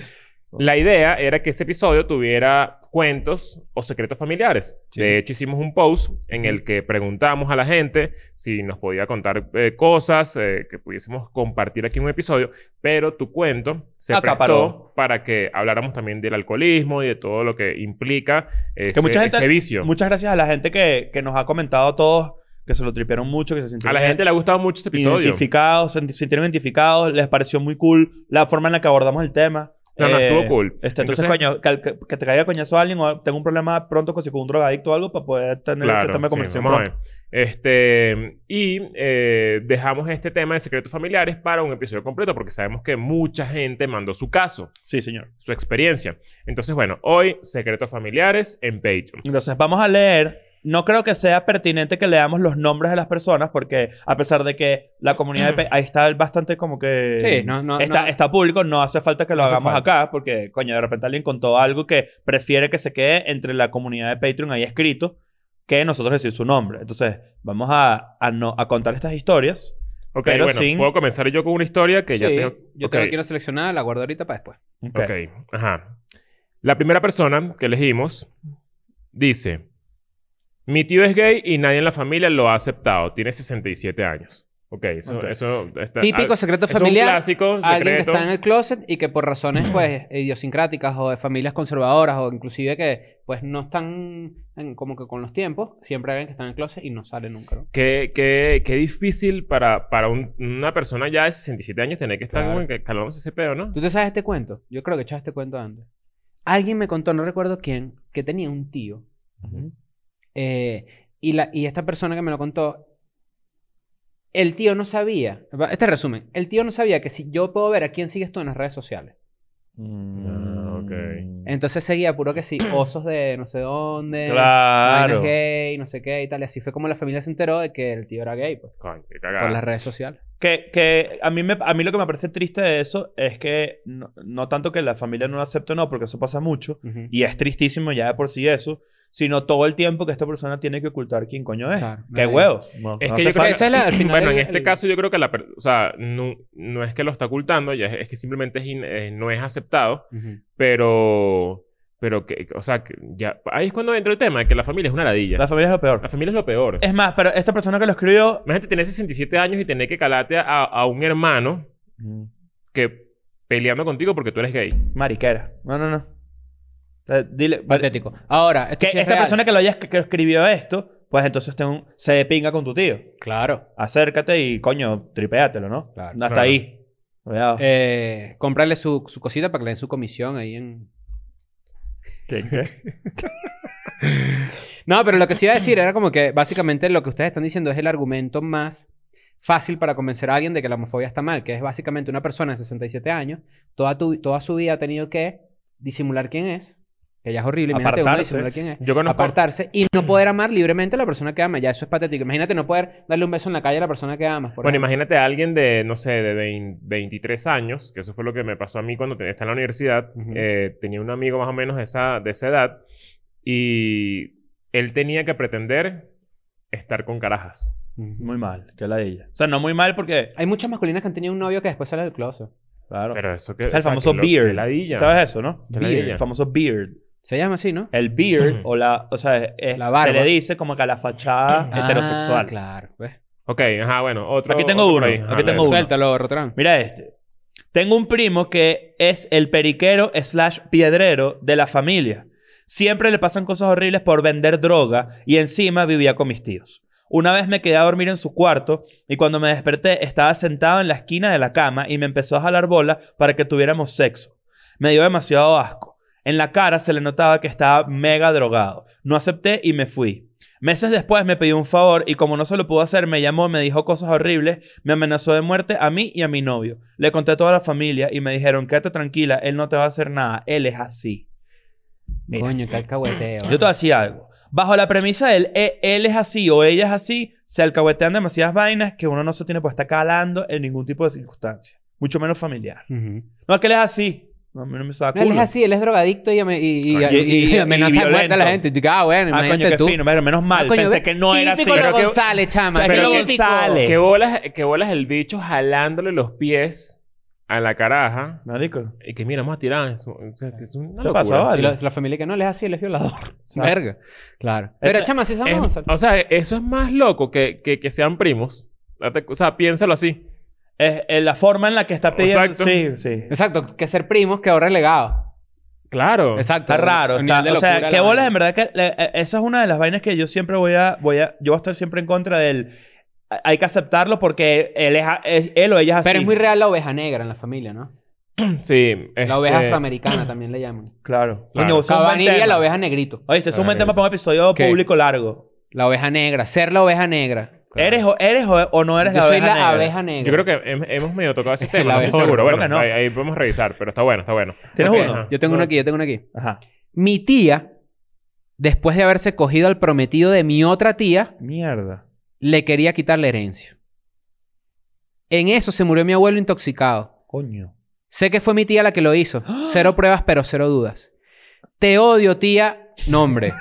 Speaker 2: la idea era que ese episodio tuviera cuentos o secretos familiares.
Speaker 4: Sí.
Speaker 2: De hecho, hicimos un post en el que preguntamos a la gente si nos podía contar eh, cosas eh, que pudiésemos compartir aquí en un episodio, pero tu cuento se
Speaker 3: Acaparó.
Speaker 2: prestó para que habláramos también del alcoholismo y de todo lo que implica ese,
Speaker 3: mucha gente-
Speaker 2: ese vicio.
Speaker 3: Muchas gracias a la gente que, que nos ha comentado a todos, que se lo tripearon mucho, que se
Speaker 2: A
Speaker 3: sintieron
Speaker 2: la gente le ha gustado mucho ese episodio.
Speaker 3: identificados, se sintieron identificados, les pareció muy cool la forma en la que abordamos el tema.
Speaker 2: No, no, estuvo cool.
Speaker 3: este, entonces,
Speaker 2: Entonces-
Speaker 3: coño, que, que- que te caiga coñazo a alguien o tengo un problema pronto con, si con un drogadicto o algo para poder tener ese tema de
Speaker 2: sí,
Speaker 3: conversación
Speaker 2: vamos a
Speaker 3: pronto.
Speaker 2: ver. Este, y eh, dejamos este tema de secretos familiares para un episodio completo porque sabemos que mucha gente mandó su caso,
Speaker 3: Sí, señor.
Speaker 2: su experiencia. Entonces, bueno, hoy secretos familiares en Patreon.
Speaker 3: Entonces, vamos a leer. No creo que sea pertinente que leamos los nombres de las personas porque a pesar de que la comunidad de... Pe- Ahí está bastante como que...
Speaker 2: eh,
Speaker 4: Sí, no, no,
Speaker 3: Está,
Speaker 4: no.
Speaker 3: está público, no hace falta que lo
Speaker 4: No hace
Speaker 3: hagamos
Speaker 4: falta.
Speaker 3: acá, porque, coño, de repente alguien contó algo que prefiere que se quede entre la comunidad de Patreon ahí escrito que nosotros decir su nombre. Entonces, vamos a, a, no- a contar estas historias.
Speaker 2: Ok,
Speaker 3: Pero
Speaker 2: bueno,
Speaker 3: sin-
Speaker 2: puedo comenzar yo con una historia que ya
Speaker 4: Sí,
Speaker 2: tengo.
Speaker 4: Yo
Speaker 2: Ok,
Speaker 4: te la quiero seleccionar, la guardo ahorita para después.
Speaker 3: Ok.
Speaker 2: Ok, ajá. La primera persona que elegimos dice: Mi tío es gay y nadie en la familia lo ha aceptado. Tiene 67 años. Ok, eso.
Speaker 3: Ok.
Speaker 2: eso está-
Speaker 4: Típico secreto
Speaker 2: ah, es un
Speaker 4: familiar.
Speaker 2: clásico,
Speaker 4: Alguien que
Speaker 2: secreto.
Speaker 4: está en el closet y que por razones, pues, idiosincráticas o de familias conservadoras o inclusive que, pues, no están en- como que con los tiempos, siempre hay alguien que está en el closet y no sale nunca, ¿no?
Speaker 2: Qué, qué- qué difícil para, para un- una persona ya de 67 años tener que estar
Speaker 4: Claro.
Speaker 2: como que calándose ese pedo, ¿no?
Speaker 4: ¿Tú te sabes este cuento? Yo creo que echaba este cuento antes. Alguien me contó, no recuerdo quién, que tenía un tío. eh, y, la, y esta persona que me lo contó, el tío no sabía, este resumen, el tío no sabía que si yo puedo ver a quién sigues tú en las redes sociales.
Speaker 3: Mm.
Speaker 2: Ah, ok.
Speaker 4: Entonces seguía puro que sí, osos de no sé dónde,
Speaker 3: Claro.
Speaker 4: vainas gay, no sé qué y tal. Y así fue como la familia se enteró de que el tío era gay, pues,
Speaker 2: Coño, qué
Speaker 4: por las
Speaker 2: cagada.
Speaker 4: redes sociales.
Speaker 3: Que, que a, mí me, a mí lo que me parece triste de eso es que no, no tanto que la familia no lo acepte o no, porque eso pasa mucho.
Speaker 4: Ujú.
Speaker 3: Y es tristísimo ya de por sí eso, sino todo el tiempo que esta persona tiene que ocultar quién coño es.
Speaker 4: Claro,
Speaker 3: ¡Qué
Speaker 4: nadie-
Speaker 3: huevo!
Speaker 2: Es
Speaker 3: No
Speaker 2: que
Speaker 3: hace
Speaker 2: yo creo que
Speaker 3: falta-
Speaker 4: Esa es la- al final
Speaker 2: bueno,
Speaker 4: el-
Speaker 2: en este
Speaker 4: el-
Speaker 2: caso yo creo que la... per- O sea, no, no es que lo está ocultando, ya es, es que simplemente es in- eh, no es aceptado,
Speaker 4: Ujú.
Speaker 2: pero... Pero que... O sea, que ya... Ahí es cuando entra el tema, de que la familia es una ladilla.
Speaker 3: La
Speaker 2: La,
Speaker 3: familia es lo peor.
Speaker 2: familia es lo peor.
Speaker 3: Es más, pero esta persona que lo escribió...
Speaker 2: Imagínate tener 67 años y tener que calarte a, a un hermano que peleando contigo porque tú eres gay.
Speaker 3: Mariquera. No, no, no. Eh, dile.
Speaker 4: Patético. Ahora, esto
Speaker 3: Que
Speaker 4: sí es
Speaker 3: esta
Speaker 4: real.
Speaker 3: persona que lo hayas que que escribió esto, pues entonces ten un- se de pinga con tu tío.
Speaker 4: Claro.
Speaker 3: Acércate y coño, tripéatelo, ¿no?
Speaker 4: Claro,
Speaker 3: Hasta
Speaker 2: claro.
Speaker 3: ahí. Cuidado.
Speaker 4: Eh, comprarle su, su cosita para que le den su comisión ahí en... No, pero lo que sí iba a decir era como que básicamente lo que ustedes están diciendo es el argumento más fácil para convencer a alguien de que la homofobia está mal, que es básicamente una persona de 67 años, toda, tu- toda su vida ha tenido que disimular quién es, que ya es horrible, imagínate uno
Speaker 3: Apartarse.
Speaker 4: disimular quién es,
Speaker 2: Yo conozco...
Speaker 4: apartarse y no poder amar libremente a la persona que ama, ya eso es patético. Imagínate no poder darle un beso en la calle a la persona que amas. por
Speaker 2: Bueno,
Speaker 4: ejemplo.
Speaker 2: imagínate a alguien de, no sé, de vein- 23 años, que eso fue lo que me pasó a mí cuando te- estaba en la universidad.
Speaker 4: Ujú.
Speaker 2: Eh, tenía un amigo más o menos de esa, de esa edad y él tenía que pretender estar con carajas.
Speaker 4: Ujú.
Speaker 3: Muy mal, que la de ella. O sea, no muy mal porque.
Speaker 4: Hay muchas masculinas que han tenido un novio que después sale del closet.
Speaker 3: Claro.
Speaker 2: Pero eso que...
Speaker 3: o sea, el famoso beard. ¿Sabes eso, no?
Speaker 2: Qué
Speaker 4: Beard.
Speaker 2: ladilla.
Speaker 3: El famoso beard.
Speaker 4: Se llama así, ¿no?
Speaker 3: El beard
Speaker 2: Ujú.
Speaker 3: o la. O sea, es-
Speaker 4: La barba.
Speaker 3: se le dice como que a la fachada
Speaker 2: Ah,
Speaker 4: Ah,
Speaker 3: heterosexual.
Speaker 4: claro. pues.
Speaker 2: Ok, ajá, bueno, otro...
Speaker 3: Aquí tengo
Speaker 2: otro
Speaker 3: uno,
Speaker 2: por ahí.
Speaker 3: aquí
Speaker 2: Ajá,
Speaker 3: tengo
Speaker 2: dale.
Speaker 3: uno.
Speaker 4: Suéltalo, Rotrán.
Speaker 3: Mira este. Tengo un primo que es el periquero slash piedrero de la familia. Siempre le pasan cosas horribles por vender droga y encima vivía con mis tíos. Una vez me quedé a dormir en su cuarto y cuando me desperté estaba sentado en la esquina de la cama y me empezó a jalar bola para que tuviéramos sexo. Me dio demasiado asco. En la cara se le notaba que estaba mega drogado. No acepté y me fui. Meses después me pidió un favor y como no se lo pudo hacer, me llamó, me dijo cosas horribles, me amenazó de muerte a mí y a mi novio. Le conté a toda la familia y me dijeron, quédate tranquila, él no te va a hacer nada, él es así. Mira.
Speaker 4: Coño, qué alcahueteo.
Speaker 3: Yo te hacía algo. Bajo la premisa del "E- él es así o ella es así, se alcahuetean demasiadas vainas que uno no se tiene por estar calando en ningún tipo de circunstancia. Mucho menos familiar.
Speaker 4: Ujú.
Speaker 3: No, es que él es así. No, a mí no me sabe
Speaker 4: No, él es así, él es drogadicto y, ame- y, y-
Speaker 3: Coño,
Speaker 4: y-
Speaker 3: y-
Speaker 4: y
Speaker 3: y
Speaker 4: amenaza de muerte a la
Speaker 3: violento.
Speaker 4: gente. Y tú, ah, bueno,
Speaker 3: Ah, coño,
Speaker 4: imagínate
Speaker 3: qué
Speaker 4: tú.
Speaker 3: fino. Pero menos mal.
Speaker 4: Ah, coño,
Speaker 3: Pensé
Speaker 4: ve-
Speaker 3: que no era así.
Speaker 4: Típico lo
Speaker 2: Pero que-
Speaker 4: González, chama.
Speaker 3: Pero
Speaker 4: típico.
Speaker 3: que González.
Speaker 2: Que bolas, que bolas el bicho jalándole los pies a la caraja.
Speaker 3: Marico.
Speaker 2: Y que mira, vamos a tirar. Es, un- o sea, que es una
Speaker 3: ¿Qué
Speaker 2: locura.
Speaker 3: pasa, vale?
Speaker 4: Y la, la familia que no, él es así, él es violador. Verga. Claro. Pero,
Speaker 3: Ese-
Speaker 4: chama, sí son
Speaker 2: Es-
Speaker 4: González.
Speaker 2: o sea, eso es más loco que, que, que sean primos. Date- O sea, piénsalo así.
Speaker 3: Es, es la forma en la que está pidiendo.
Speaker 2: Exacto.
Speaker 3: Sí, sí.
Speaker 4: Exacto, que ser primos quedó relegado.
Speaker 2: Claro.
Speaker 4: Exacto.
Speaker 3: Está raro.
Speaker 4: Un
Speaker 3: está-
Speaker 4: nivel de
Speaker 3: o sea,
Speaker 4: locura
Speaker 3: qué
Speaker 4: la
Speaker 3: bolas, en
Speaker 4: vaina.
Speaker 3: verdad que eh, eh, esa es una de las vainas que yo siempre voy a, voy a, yo voy a estar siempre en contra del, "Ah, hay que aceptarlo porque él es, a- es- él o ella es así.
Speaker 4: Pero es muy real la oveja negra en la familia, ¿no?
Speaker 2: Sí. este,
Speaker 4: La oveja afroamericana también le llaman.
Speaker 3: Claro.
Speaker 2: Claro.
Speaker 3: Coño, es un buen
Speaker 4: Cabanilla,
Speaker 3: tema.
Speaker 4: la oveja negrito.
Speaker 3: Oye, este es un buen
Speaker 2: Claramente.
Speaker 3: tema para un episodio
Speaker 4: ¿Qué?
Speaker 3: público largo.
Speaker 4: La oveja negra. Ser la oveja negra.
Speaker 3: ¿Eres, o, ¿Eres o, o no eres
Speaker 4: Yo
Speaker 3: la
Speaker 4: soy
Speaker 3: oveja
Speaker 4: la
Speaker 3: negra?
Speaker 4: abeja negra.
Speaker 2: Yo creo que hem- hemos medio tocado ese
Speaker 4: La
Speaker 2: tema. No estoy
Speaker 4: mejor,
Speaker 2: seguro.
Speaker 3: creo
Speaker 2: Bueno,
Speaker 3: que no.
Speaker 2: ahí, ahí podemos revisar. Pero está bueno, está bueno.
Speaker 3: ¿Tienes
Speaker 2: Ok,
Speaker 3: uno?
Speaker 2: ajá.
Speaker 4: Yo tengo uno aquí, yo tengo uno aquí.
Speaker 3: Ajá.
Speaker 4: Mi tía, después de haberse cogido al prometido de mi otra tía,
Speaker 3: Mierda.
Speaker 4: le quería quitar la herencia. En eso se murió mi abuelo intoxicado.
Speaker 3: Coño.
Speaker 4: Sé que fue mi tía la que lo hizo. Cero pruebas, pero cero dudas. Te odio, tía. Nombre.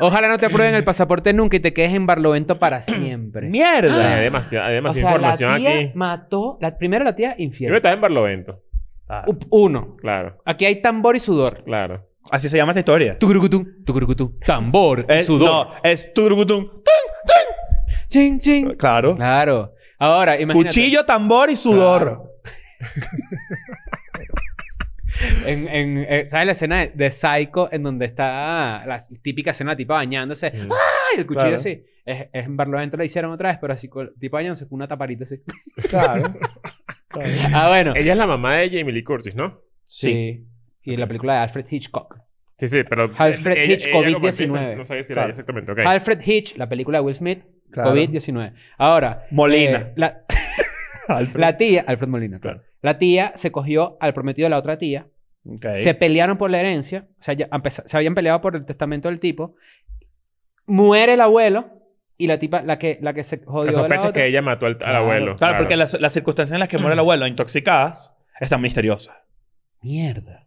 Speaker 4: Ojalá no te aprueben el pasaporte nunca y te quedes en Barlovento para siempre.
Speaker 2: Hay
Speaker 3: Mierda.
Speaker 2: demasiada, hay
Speaker 4: O
Speaker 2: demasiada
Speaker 4: sea,
Speaker 2: información
Speaker 4: la tía
Speaker 2: aquí.
Speaker 4: mató... La, primero la tía
Speaker 2: Yo me
Speaker 4: infiel.
Speaker 2: estaba en Barlovento.
Speaker 3: Ah,
Speaker 4: Up- Uno.
Speaker 2: Claro,
Speaker 4: Aquí hay tambor y sudor.
Speaker 2: claro.
Speaker 3: así se llama esa historia.
Speaker 4: Tucurucutum, tucurucutum. Tambor y
Speaker 3: Es-
Speaker 4: sudor.
Speaker 3: Eh, no, es turgutum.
Speaker 4: Chin, chin.
Speaker 3: Claro.
Speaker 4: Claro. Ahora, imagínate.
Speaker 3: Cuchillo, tambor y sudor.
Speaker 4: En, en, eh, ¿Sabes la escena de, de Psycho en donde está la típica escena de tipo bañándose?
Speaker 2: Mm.
Speaker 4: ¡Ay! El cuchillo
Speaker 3: Claro.
Speaker 4: así. Es, es en Barlovento la hicieron otra vez, pero así con- tipo bañándose con una taparita así.
Speaker 3: Claro.
Speaker 4: Ah, bueno.
Speaker 2: Ella es la mamá de Jamie Lee Curtis, ¿no?
Speaker 4: Sí. Y en la película de Alfred Hitchcock.
Speaker 2: Sí, sí, pero...
Speaker 4: Alfred
Speaker 2: ella-
Speaker 4: Hitch,
Speaker 2: ella como
Speaker 4: COVID-19.
Speaker 2: No sabía si era
Speaker 3: Claro.
Speaker 2: ella exactamente. Ok.
Speaker 4: Alfred Hitch, la película de Will Smith,
Speaker 3: Claro.
Speaker 4: COVID-19. Ahora.
Speaker 3: Molina.
Speaker 4: eh, la,
Speaker 3: Alfred.
Speaker 4: la tía, Alfred Molina, claro. La tía se cogió al prometido de la otra tía.
Speaker 3: Ok.
Speaker 4: Se pelearon por la herencia. O sea, ya empeza- se habían peleado por el testamento del tipo. Muere el abuelo. Y la tipa, la que, la que se jodió.
Speaker 2: La
Speaker 4: de
Speaker 2: sospecha es
Speaker 4: otra-
Speaker 2: que ella mató al, al
Speaker 4: Claro,
Speaker 2: abuelo.
Speaker 3: Claro, porque las, las circunstancias en las que muere el abuelo, intoxicadas, están misteriosas.
Speaker 4: Mierda.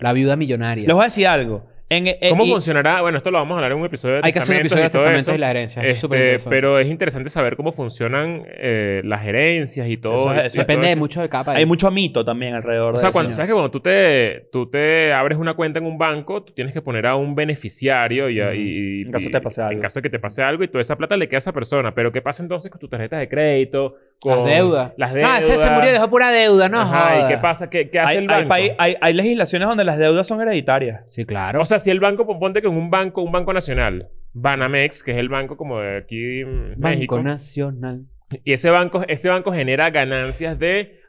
Speaker 4: La viuda millonaria.
Speaker 3: Les voy a decir algo. En, eh,
Speaker 2: ¿Cómo
Speaker 3: y-
Speaker 2: funcionará? Bueno, esto lo vamos a hablar en un episodio de
Speaker 4: Hay que hacer un episodio de
Speaker 2: testamentos y
Speaker 4: testamentos
Speaker 2: todo
Speaker 4: y la herencia.
Speaker 2: eso.
Speaker 4: es súper
Speaker 2: Este,
Speaker 4: interesante.
Speaker 2: pero es interesante saber cómo funcionan eh, las herencias y todo.
Speaker 3: Eso es-
Speaker 2: y-
Speaker 3: eso
Speaker 2: y
Speaker 3: es-
Speaker 2: todo
Speaker 4: Depende de
Speaker 2: eso.
Speaker 4: mucho de cada país.
Speaker 3: Hay mucho mito también alrededor
Speaker 2: O sea,
Speaker 3: de
Speaker 2: cuando,
Speaker 3: eso.
Speaker 2: ¿sabes que cuando tú te, tú te abres una cuenta en un banco, tú tienes que poner a un beneficiario y... a- y-
Speaker 3: En caso
Speaker 2: y-
Speaker 3: te pase
Speaker 2: En
Speaker 3: algo.
Speaker 2: caso de que te pase algo y toda esa plata le queda a esa persona. Pero ¿qué pasa entonces con tus tarjetas de crédito? Con
Speaker 4: Las deudas.
Speaker 2: Las deudas.
Speaker 4: Ah, ese se murió y dejó pura deuda. No
Speaker 2: Ajá,
Speaker 4: joda.
Speaker 2: ¿y qué pasa? ¿Qué, qué hace
Speaker 3: Hay,
Speaker 2: el
Speaker 3: hay
Speaker 2: banco?
Speaker 3: paí- hay- hay legislaciones donde las deudas son hereditarias.
Speaker 4: Sí, claro.
Speaker 2: O sea, si el banco, pon- ponte que en un banco, un banco nacional, Banamex, que es el banco como de aquí en México,
Speaker 4: Banco Nacional.
Speaker 2: y ese banco, ese banco genera ganancias de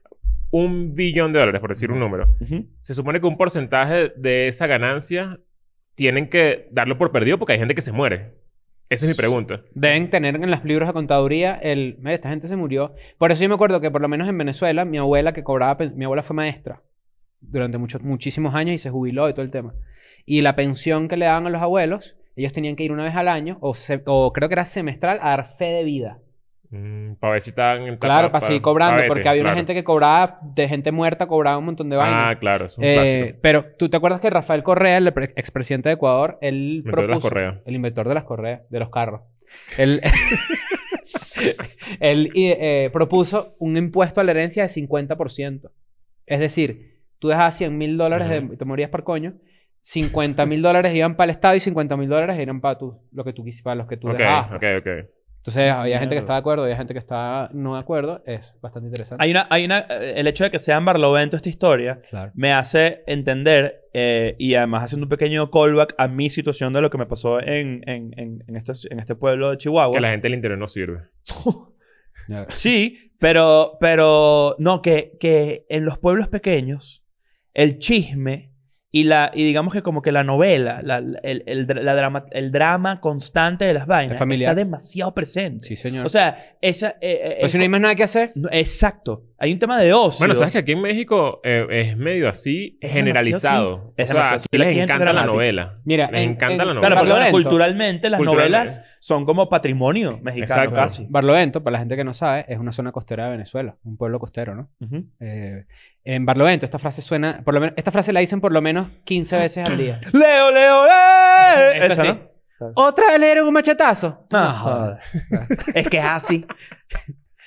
Speaker 2: un billón de dólares, por decir un número. Se supone que un porcentaje de esa ganancia tienen que darlo por perdido porque hay gente que se muere. Esa es mi pregunta.
Speaker 4: Deben tener en los libros de contaduría el... Mira, esta gente se murió. Por eso yo me acuerdo que por lo menos en Venezuela, mi abuela que cobraba... pen- Mi abuela fue maestra durante muchos muchísimos años y se jubiló y todo el tema. Y la pensión que le daban a los abuelos, ellos tenían que ir una vez al año o, se- o creo que era semestral a dar fe de vida.
Speaker 2: Mm, para ver si están... en-
Speaker 4: Claro, para
Speaker 2: pa-
Speaker 4: seguir
Speaker 2: pa-
Speaker 4: cobrando,
Speaker 2: pa' vete,
Speaker 4: porque había una
Speaker 2: claro.
Speaker 4: gente que cobraba, de gente muerta cobraba un montón de vainas.
Speaker 2: Ah, claro. Es un
Speaker 4: Eh,
Speaker 2: clásico.
Speaker 4: pero tú te acuerdas que Rafael Correa, el pre- expresidente de Ecuador, él
Speaker 2: Inventor de las
Speaker 4: propuso-
Speaker 2: correas.
Speaker 4: El inventor de las correas, de los carros. Él, él, eh, eh, propuso un impuesto a la herencia de 50%. Es decir, tú dejabas 100 mil dólares
Speaker 2: Ujú.
Speaker 4: de, te morías por coño. 50 mil dólares iban para el Estado y 50 mil dólares eran para, tú, lo que tú, quis- para los que tú
Speaker 2: Ok,
Speaker 4: dejabas.
Speaker 2: ok, ok.
Speaker 4: Entonces, había gente
Speaker 3: Mierda.
Speaker 4: que está de acuerdo, había gente que está no de acuerdo. Es bastante interesante.
Speaker 3: Hay una, hay una, eh, el hecho de que sea en Barlovento esta historia
Speaker 4: Claro.
Speaker 3: me hace entender eh, y además haciendo un pequeño callback a mi situación de lo que me pasó en, en, en, en este, en este pueblo de Chihuahua.
Speaker 2: Que la gente del interior no sirve.
Speaker 4: Ya.
Speaker 3: Sí, pero, pero no, que, que en los pueblos pequeños el chisme y la y digamos que como que la novela, la, la- el, el dra- la drama, el drama constante de las vainas
Speaker 4: Es familiar.
Speaker 3: está demasiado presente.
Speaker 4: Sí, señor.
Speaker 3: O sea, esa... eh, eh,
Speaker 4: Pero si no hay más nada que hacer.
Speaker 3: no, exacto. Hay un tema de ocio.
Speaker 2: Bueno, sabes que aquí en México eh, es medio así
Speaker 3: Es
Speaker 2: generalizado.
Speaker 3: demasiado, sí. Es
Speaker 2: o sea,
Speaker 3: demasiado,
Speaker 2: aquí
Speaker 3: sí.
Speaker 2: les
Speaker 3: Aquí es
Speaker 2: encanta la
Speaker 3: dramático.
Speaker 2: novela.
Speaker 4: Mira,
Speaker 2: les
Speaker 4: en-
Speaker 2: encanta
Speaker 4: en-
Speaker 2: la novela.
Speaker 3: Claro, porque bueno,
Speaker 4: Barlovento.
Speaker 3: culturalmente las
Speaker 2: Culturalmente.
Speaker 3: novelas son como patrimonio mexicano
Speaker 2: Exacto.
Speaker 3: casi.
Speaker 4: Barlovento, para la gente que no sabe, es una zona costera de Venezuela, un pueblo costero, ¿no?
Speaker 3: Ujú.
Speaker 4: Eh, en Barlovento, esta frase suena, por lo menos, esta frase la dicen por lo menos
Speaker 3: Ah.
Speaker 4: 15 veces al día.
Speaker 3: Leo, Leo, Leo.
Speaker 2: Esta
Speaker 3: Esa,
Speaker 2: sí.
Speaker 3: ¿no?
Speaker 4: ¿Otra vez le dieron un machetazo?
Speaker 3: No,
Speaker 4: No,
Speaker 3: Ah, joder.
Speaker 4: joder.
Speaker 3: es que es así.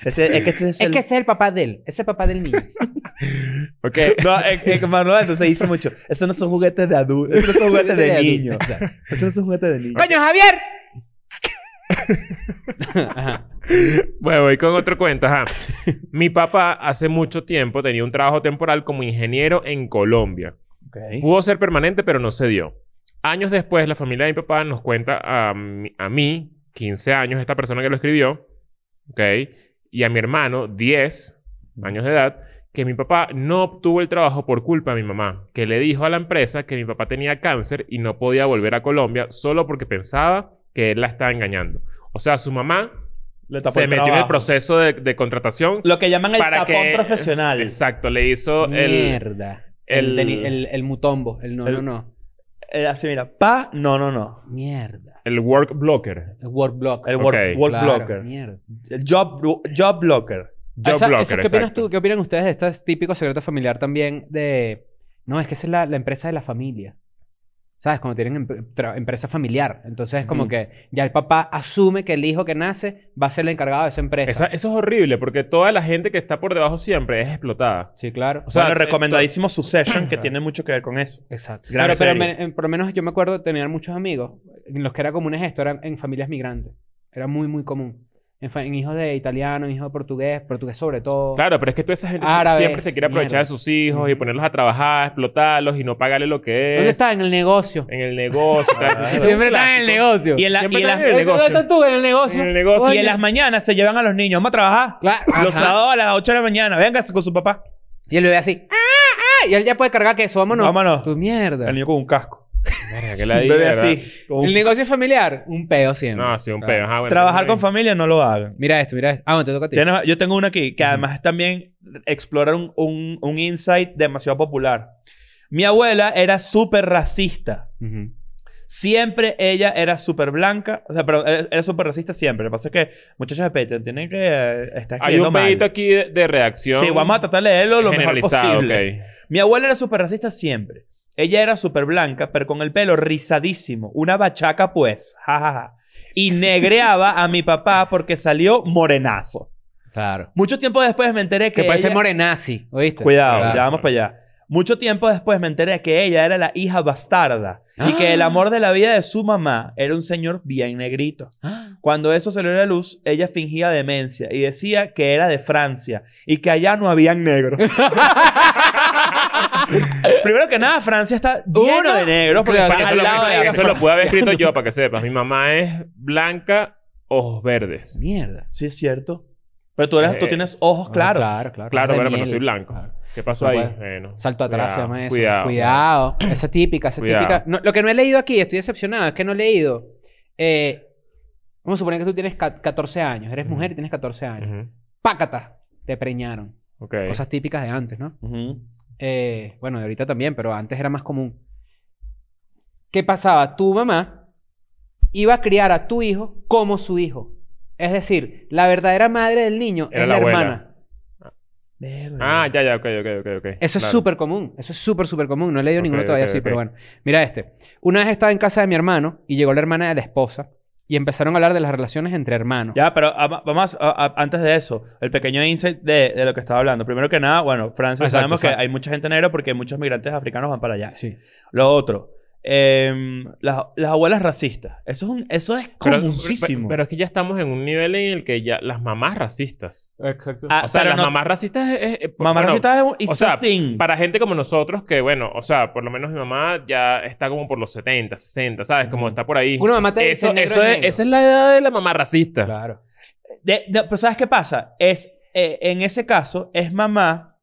Speaker 3: Ese- es que ese es,
Speaker 4: Es
Speaker 3: el-
Speaker 4: que ese es el papá de él, ese es el papá del niño.
Speaker 2: Ok.
Speaker 3: No, es que Manuel entonces dice mucho. Esos no son juguetes de adultos. Esos no son juguetes de niño.
Speaker 4: Exacto.
Speaker 3: Esos no son juguetes de niño.
Speaker 4: ¡Coño, Javier! Ajá.
Speaker 2: Bueno, voy con otro cuento. Ajá. Mi papá hace mucho tiempo tenía un trabajo temporal como ingeniero en Colombia.
Speaker 3: Ok.
Speaker 2: Pudo ser permanente, pero no se dio. Años después, la familia de mi papá nos cuenta a, mi- a mí, 15 años, esta persona que lo escribió, ¿ok? Y a mi hermano, 10 años de edad, que mi papá no obtuvo el trabajo por culpa de mi mamá, que le dijo a la empresa que mi papá tenía cáncer y no podía volver a Colombia solo porque pensaba que él la estaba engañando. O sea, su mamá
Speaker 3: Le tapó
Speaker 2: se metió en el
Speaker 3: trabajo.
Speaker 2: proceso de, de contratación.
Speaker 3: Lo que llaman el
Speaker 2: Para
Speaker 3: tapón
Speaker 2: que-
Speaker 3: profesional.
Speaker 2: Exacto, le hizo el...
Speaker 4: Mierda.
Speaker 2: el-
Speaker 4: El, deni- el, el mutombo, el no,
Speaker 3: el-
Speaker 4: no, no.
Speaker 3: Eh, así, mira. Pa, no, no, no.
Speaker 4: Mierda.
Speaker 2: El work blocker.
Speaker 4: El word block.
Speaker 3: El work,
Speaker 2: Ok.
Speaker 3: work
Speaker 4: Claro,
Speaker 3: blocker.
Speaker 4: Mierda.
Speaker 3: El job, job blocker.
Speaker 2: Job
Speaker 4: Esa- esa-
Speaker 2: blocker,
Speaker 4: ¿Qué opinas
Speaker 2: exacto.
Speaker 4: tú? ¿Qué opinan ustedes de este típico secreto familiar también de... No, es que esa es la, la empresa de la familia. ¿Sabes? Como tienen empre- tra- empresa familiar. Entonces es como
Speaker 3: Ujú.
Speaker 4: que ya el papá asume que el hijo que nace va a ser el encargado de esa empresa.
Speaker 2: Esa- eso es horrible porque toda la gente que está por debajo siempre es explotada.
Speaker 4: Sí, claro.
Speaker 2: O sea,
Speaker 3: bueno,
Speaker 2: esto-
Speaker 3: recomendadísimo Succession, que tiene mucho que ver con eso.
Speaker 4: Exacto.
Speaker 3: Gran
Speaker 4: Pero, pero
Speaker 3: serie.
Speaker 4: me- en- por lo menos yo me acuerdo de tener muchos amigos. En los que era común es esto, eran en familias migrantes. Era muy, muy común. En, fa- en hijos de italiano, en hijos de portugués, portugués sobre todo.
Speaker 2: Claro, pero es que toda esa gente sie-
Speaker 4: Árabes,
Speaker 2: siempre se quiere aprovechar
Speaker 4: mierda.
Speaker 2: de sus hijos y
Speaker 4: Ujú.
Speaker 2: ponerlos a trabajar, explotarlos y no pagarle lo que es.
Speaker 4: ¿Dónde está? En el negocio.
Speaker 2: En el negocio. tal.
Speaker 3: Ah,
Speaker 2: Ese es un
Speaker 4: Siempre está en el
Speaker 2: clásico.
Speaker 4: negocio.
Speaker 3: Y en, la-
Speaker 2: Siempre
Speaker 3: y en las,
Speaker 2: en el
Speaker 4: Eso
Speaker 2: negocio.
Speaker 4: estás tú en el negocio.
Speaker 2: En el negocio.
Speaker 3: y en las mañanas se llevan a los niños. Vamos a trabajar.
Speaker 4: Claro.
Speaker 3: Los
Speaker 4: Ajá.
Speaker 3: sábados a las 8 de la mañana. Vénganse con su papá.
Speaker 4: Y él lo ve así. ¡Ah, ah! Y él ya puede cargar queso. Vámonos.
Speaker 3: Vámonos.
Speaker 4: Tu mierda.
Speaker 3: El
Speaker 4: El,
Speaker 3: niño con un casco.
Speaker 2: Verga, que la
Speaker 3: Un
Speaker 2: diga,
Speaker 3: bebé
Speaker 2: ¿verdad?
Speaker 3: así. con un-
Speaker 4: negocio familiar. Un peo siempre.
Speaker 2: No, sí, un
Speaker 4: Claro.
Speaker 2: pedo. Ajá, bueno,
Speaker 3: Trabajar
Speaker 2: está
Speaker 3: con
Speaker 2: bien.
Speaker 3: familia no lo hagan.
Speaker 4: Mira esto, mira esto. Ah, bueno, te toca a ti.
Speaker 3: Tienes- yo tengo una aquí que además también explorar un, un- un insight demasiado popular. Mi abuela era súper racista.
Speaker 4: Ujú.
Speaker 3: Siempre ella era súper blanca. O sea, pero eh, era súper racista siempre. Lo que pasa es que, muchachos de Patreon, tienen que eh, estar
Speaker 2: Hay
Speaker 3: escribiendo
Speaker 2: un pedito
Speaker 3: mal.
Speaker 2: aquí de, de reacción.
Speaker 3: Sí, vamos a tratar de leerlo lo mejor
Speaker 2: generalizado,
Speaker 3: posible.
Speaker 2: ok.
Speaker 3: Mi abuela era súper racista siempre. Ella era súper blanca, pero con el pelo rizadísimo. Una bachaca, pues. Ja, ja, ja. Y negreaba a mi papá porque salió morenazo.
Speaker 4: Claro.
Speaker 3: Mucho tiempo después me enteré que.
Speaker 4: Que puede ser
Speaker 3: ella-
Speaker 4: morenazi. ¿Oíste?
Speaker 3: Cuidado,
Speaker 4: Claro.
Speaker 3: ya vamos para allá. Mucho tiempo después me enteré que ella era la hija bastarda y que el amor de la vida de su mamá era un señor bien negrito.
Speaker 4: Ah.
Speaker 3: Cuando eso salió a la luz, ella fingía demencia y decía que era de Francia y que allá no habían negros. Primero que nada, Francia está lleno
Speaker 4: Uno,
Speaker 3: de negros porque
Speaker 4: claro,
Speaker 3: está
Speaker 2: Eso,
Speaker 3: al
Speaker 2: lo,
Speaker 3: lado de
Speaker 2: eso
Speaker 3: la-
Speaker 4: África.
Speaker 2: lo pude haber escrito yo para que sepas. Mi mamá es blanca, ojos verdes.
Speaker 4: Mierda.
Speaker 3: Sí, es cierto. Pero tú, eres, tú
Speaker 2: Eh,
Speaker 3: tienes ojos
Speaker 4: Ah,
Speaker 3: claro.
Speaker 4: Claro, claro.
Speaker 2: Claro,
Speaker 4: de
Speaker 2: bueno, pero
Speaker 4: miel.
Speaker 2: soy blanco.
Speaker 4: Claro.
Speaker 2: ¿Qué pasó
Speaker 4: No
Speaker 2: ahí? Eh,
Speaker 4: puede.
Speaker 2: Bueno,
Speaker 4: Salto atrás
Speaker 2: cuidado,
Speaker 4: se llama eso.
Speaker 2: Cuidado.
Speaker 4: Cuidado. Esa típica, esa
Speaker 2: Cuidado.
Speaker 4: típica. No, lo que no he leído aquí, estoy decepcionado, es que no he leído. Eh, vamos a suponer que tú tienes ca- 14 años, eres
Speaker 2: Ujú.
Speaker 4: mujer y tienes 14 años.
Speaker 2: Ujú.
Speaker 4: Pácata, te preñaron.
Speaker 2: Ok.
Speaker 4: Cosas típicas de antes, ¿no?
Speaker 3: Ujú.
Speaker 4: Eh, bueno, de ahorita también, pero antes era más común. ¿Qué pasaba? Tu mamá iba a criar a tu hijo como su hijo. Es decir, la verdadera madre del niño
Speaker 2: Era
Speaker 4: es
Speaker 2: la
Speaker 4: la,
Speaker 2: abuela.
Speaker 4: hermana.
Speaker 2: Ah, ya, ya, ok, ok, ok. ok.
Speaker 4: Eso es
Speaker 2: Claro.
Speaker 4: súper común. Eso es súper, súper común. No he leído
Speaker 2: Ok,
Speaker 4: ninguno todavía
Speaker 2: ok,
Speaker 4: así,
Speaker 2: ok.
Speaker 4: pero bueno. Mira este. Una vez estaba en casa de mi hermano y llegó la hermana de la esposa y empezaron a hablar de las relaciones entre hermanos.
Speaker 3: Ya, pero ama- vamos a- a- antes de eso, el pequeño insight de, de lo que estaba hablando. Primero que nada, bueno, Francia
Speaker 4: Exacto,
Speaker 3: sabemos
Speaker 4: exacto.
Speaker 3: que hay mucha gente negra porque muchos migrantes africanos van para allá.
Speaker 4: Sí.
Speaker 3: Lo otro, em, las, las abuelas racistas. Eso es, un- eso es
Speaker 2: Pero, pero-
Speaker 3: comúnísimo.
Speaker 2: pero es que ya estamos en un nivel en el que ya las mamás racistas.
Speaker 4: Exacto.
Speaker 3: Ah,
Speaker 2: O sea,
Speaker 3: pero
Speaker 2: las
Speaker 3: no-
Speaker 2: mamás racistas es. es- es-
Speaker 3: Mamá
Speaker 2: bueno,
Speaker 3: racista es un... It's
Speaker 2: o sea,
Speaker 3: a thing.
Speaker 2: Para gente como nosotros, que bueno, o sea, por lo menos mi mamá ya está como por los 70, 60, ¿sabes? Como está por ahí.
Speaker 4: Una mamá te dice
Speaker 2: eso,
Speaker 4: negro
Speaker 2: eso es,
Speaker 4: negro.
Speaker 2: esa es la edad de la mamá racista.
Speaker 4: Claro.
Speaker 3: De- de- pero ¿sabes qué pasa? Es, eh, en ese caso, es mamá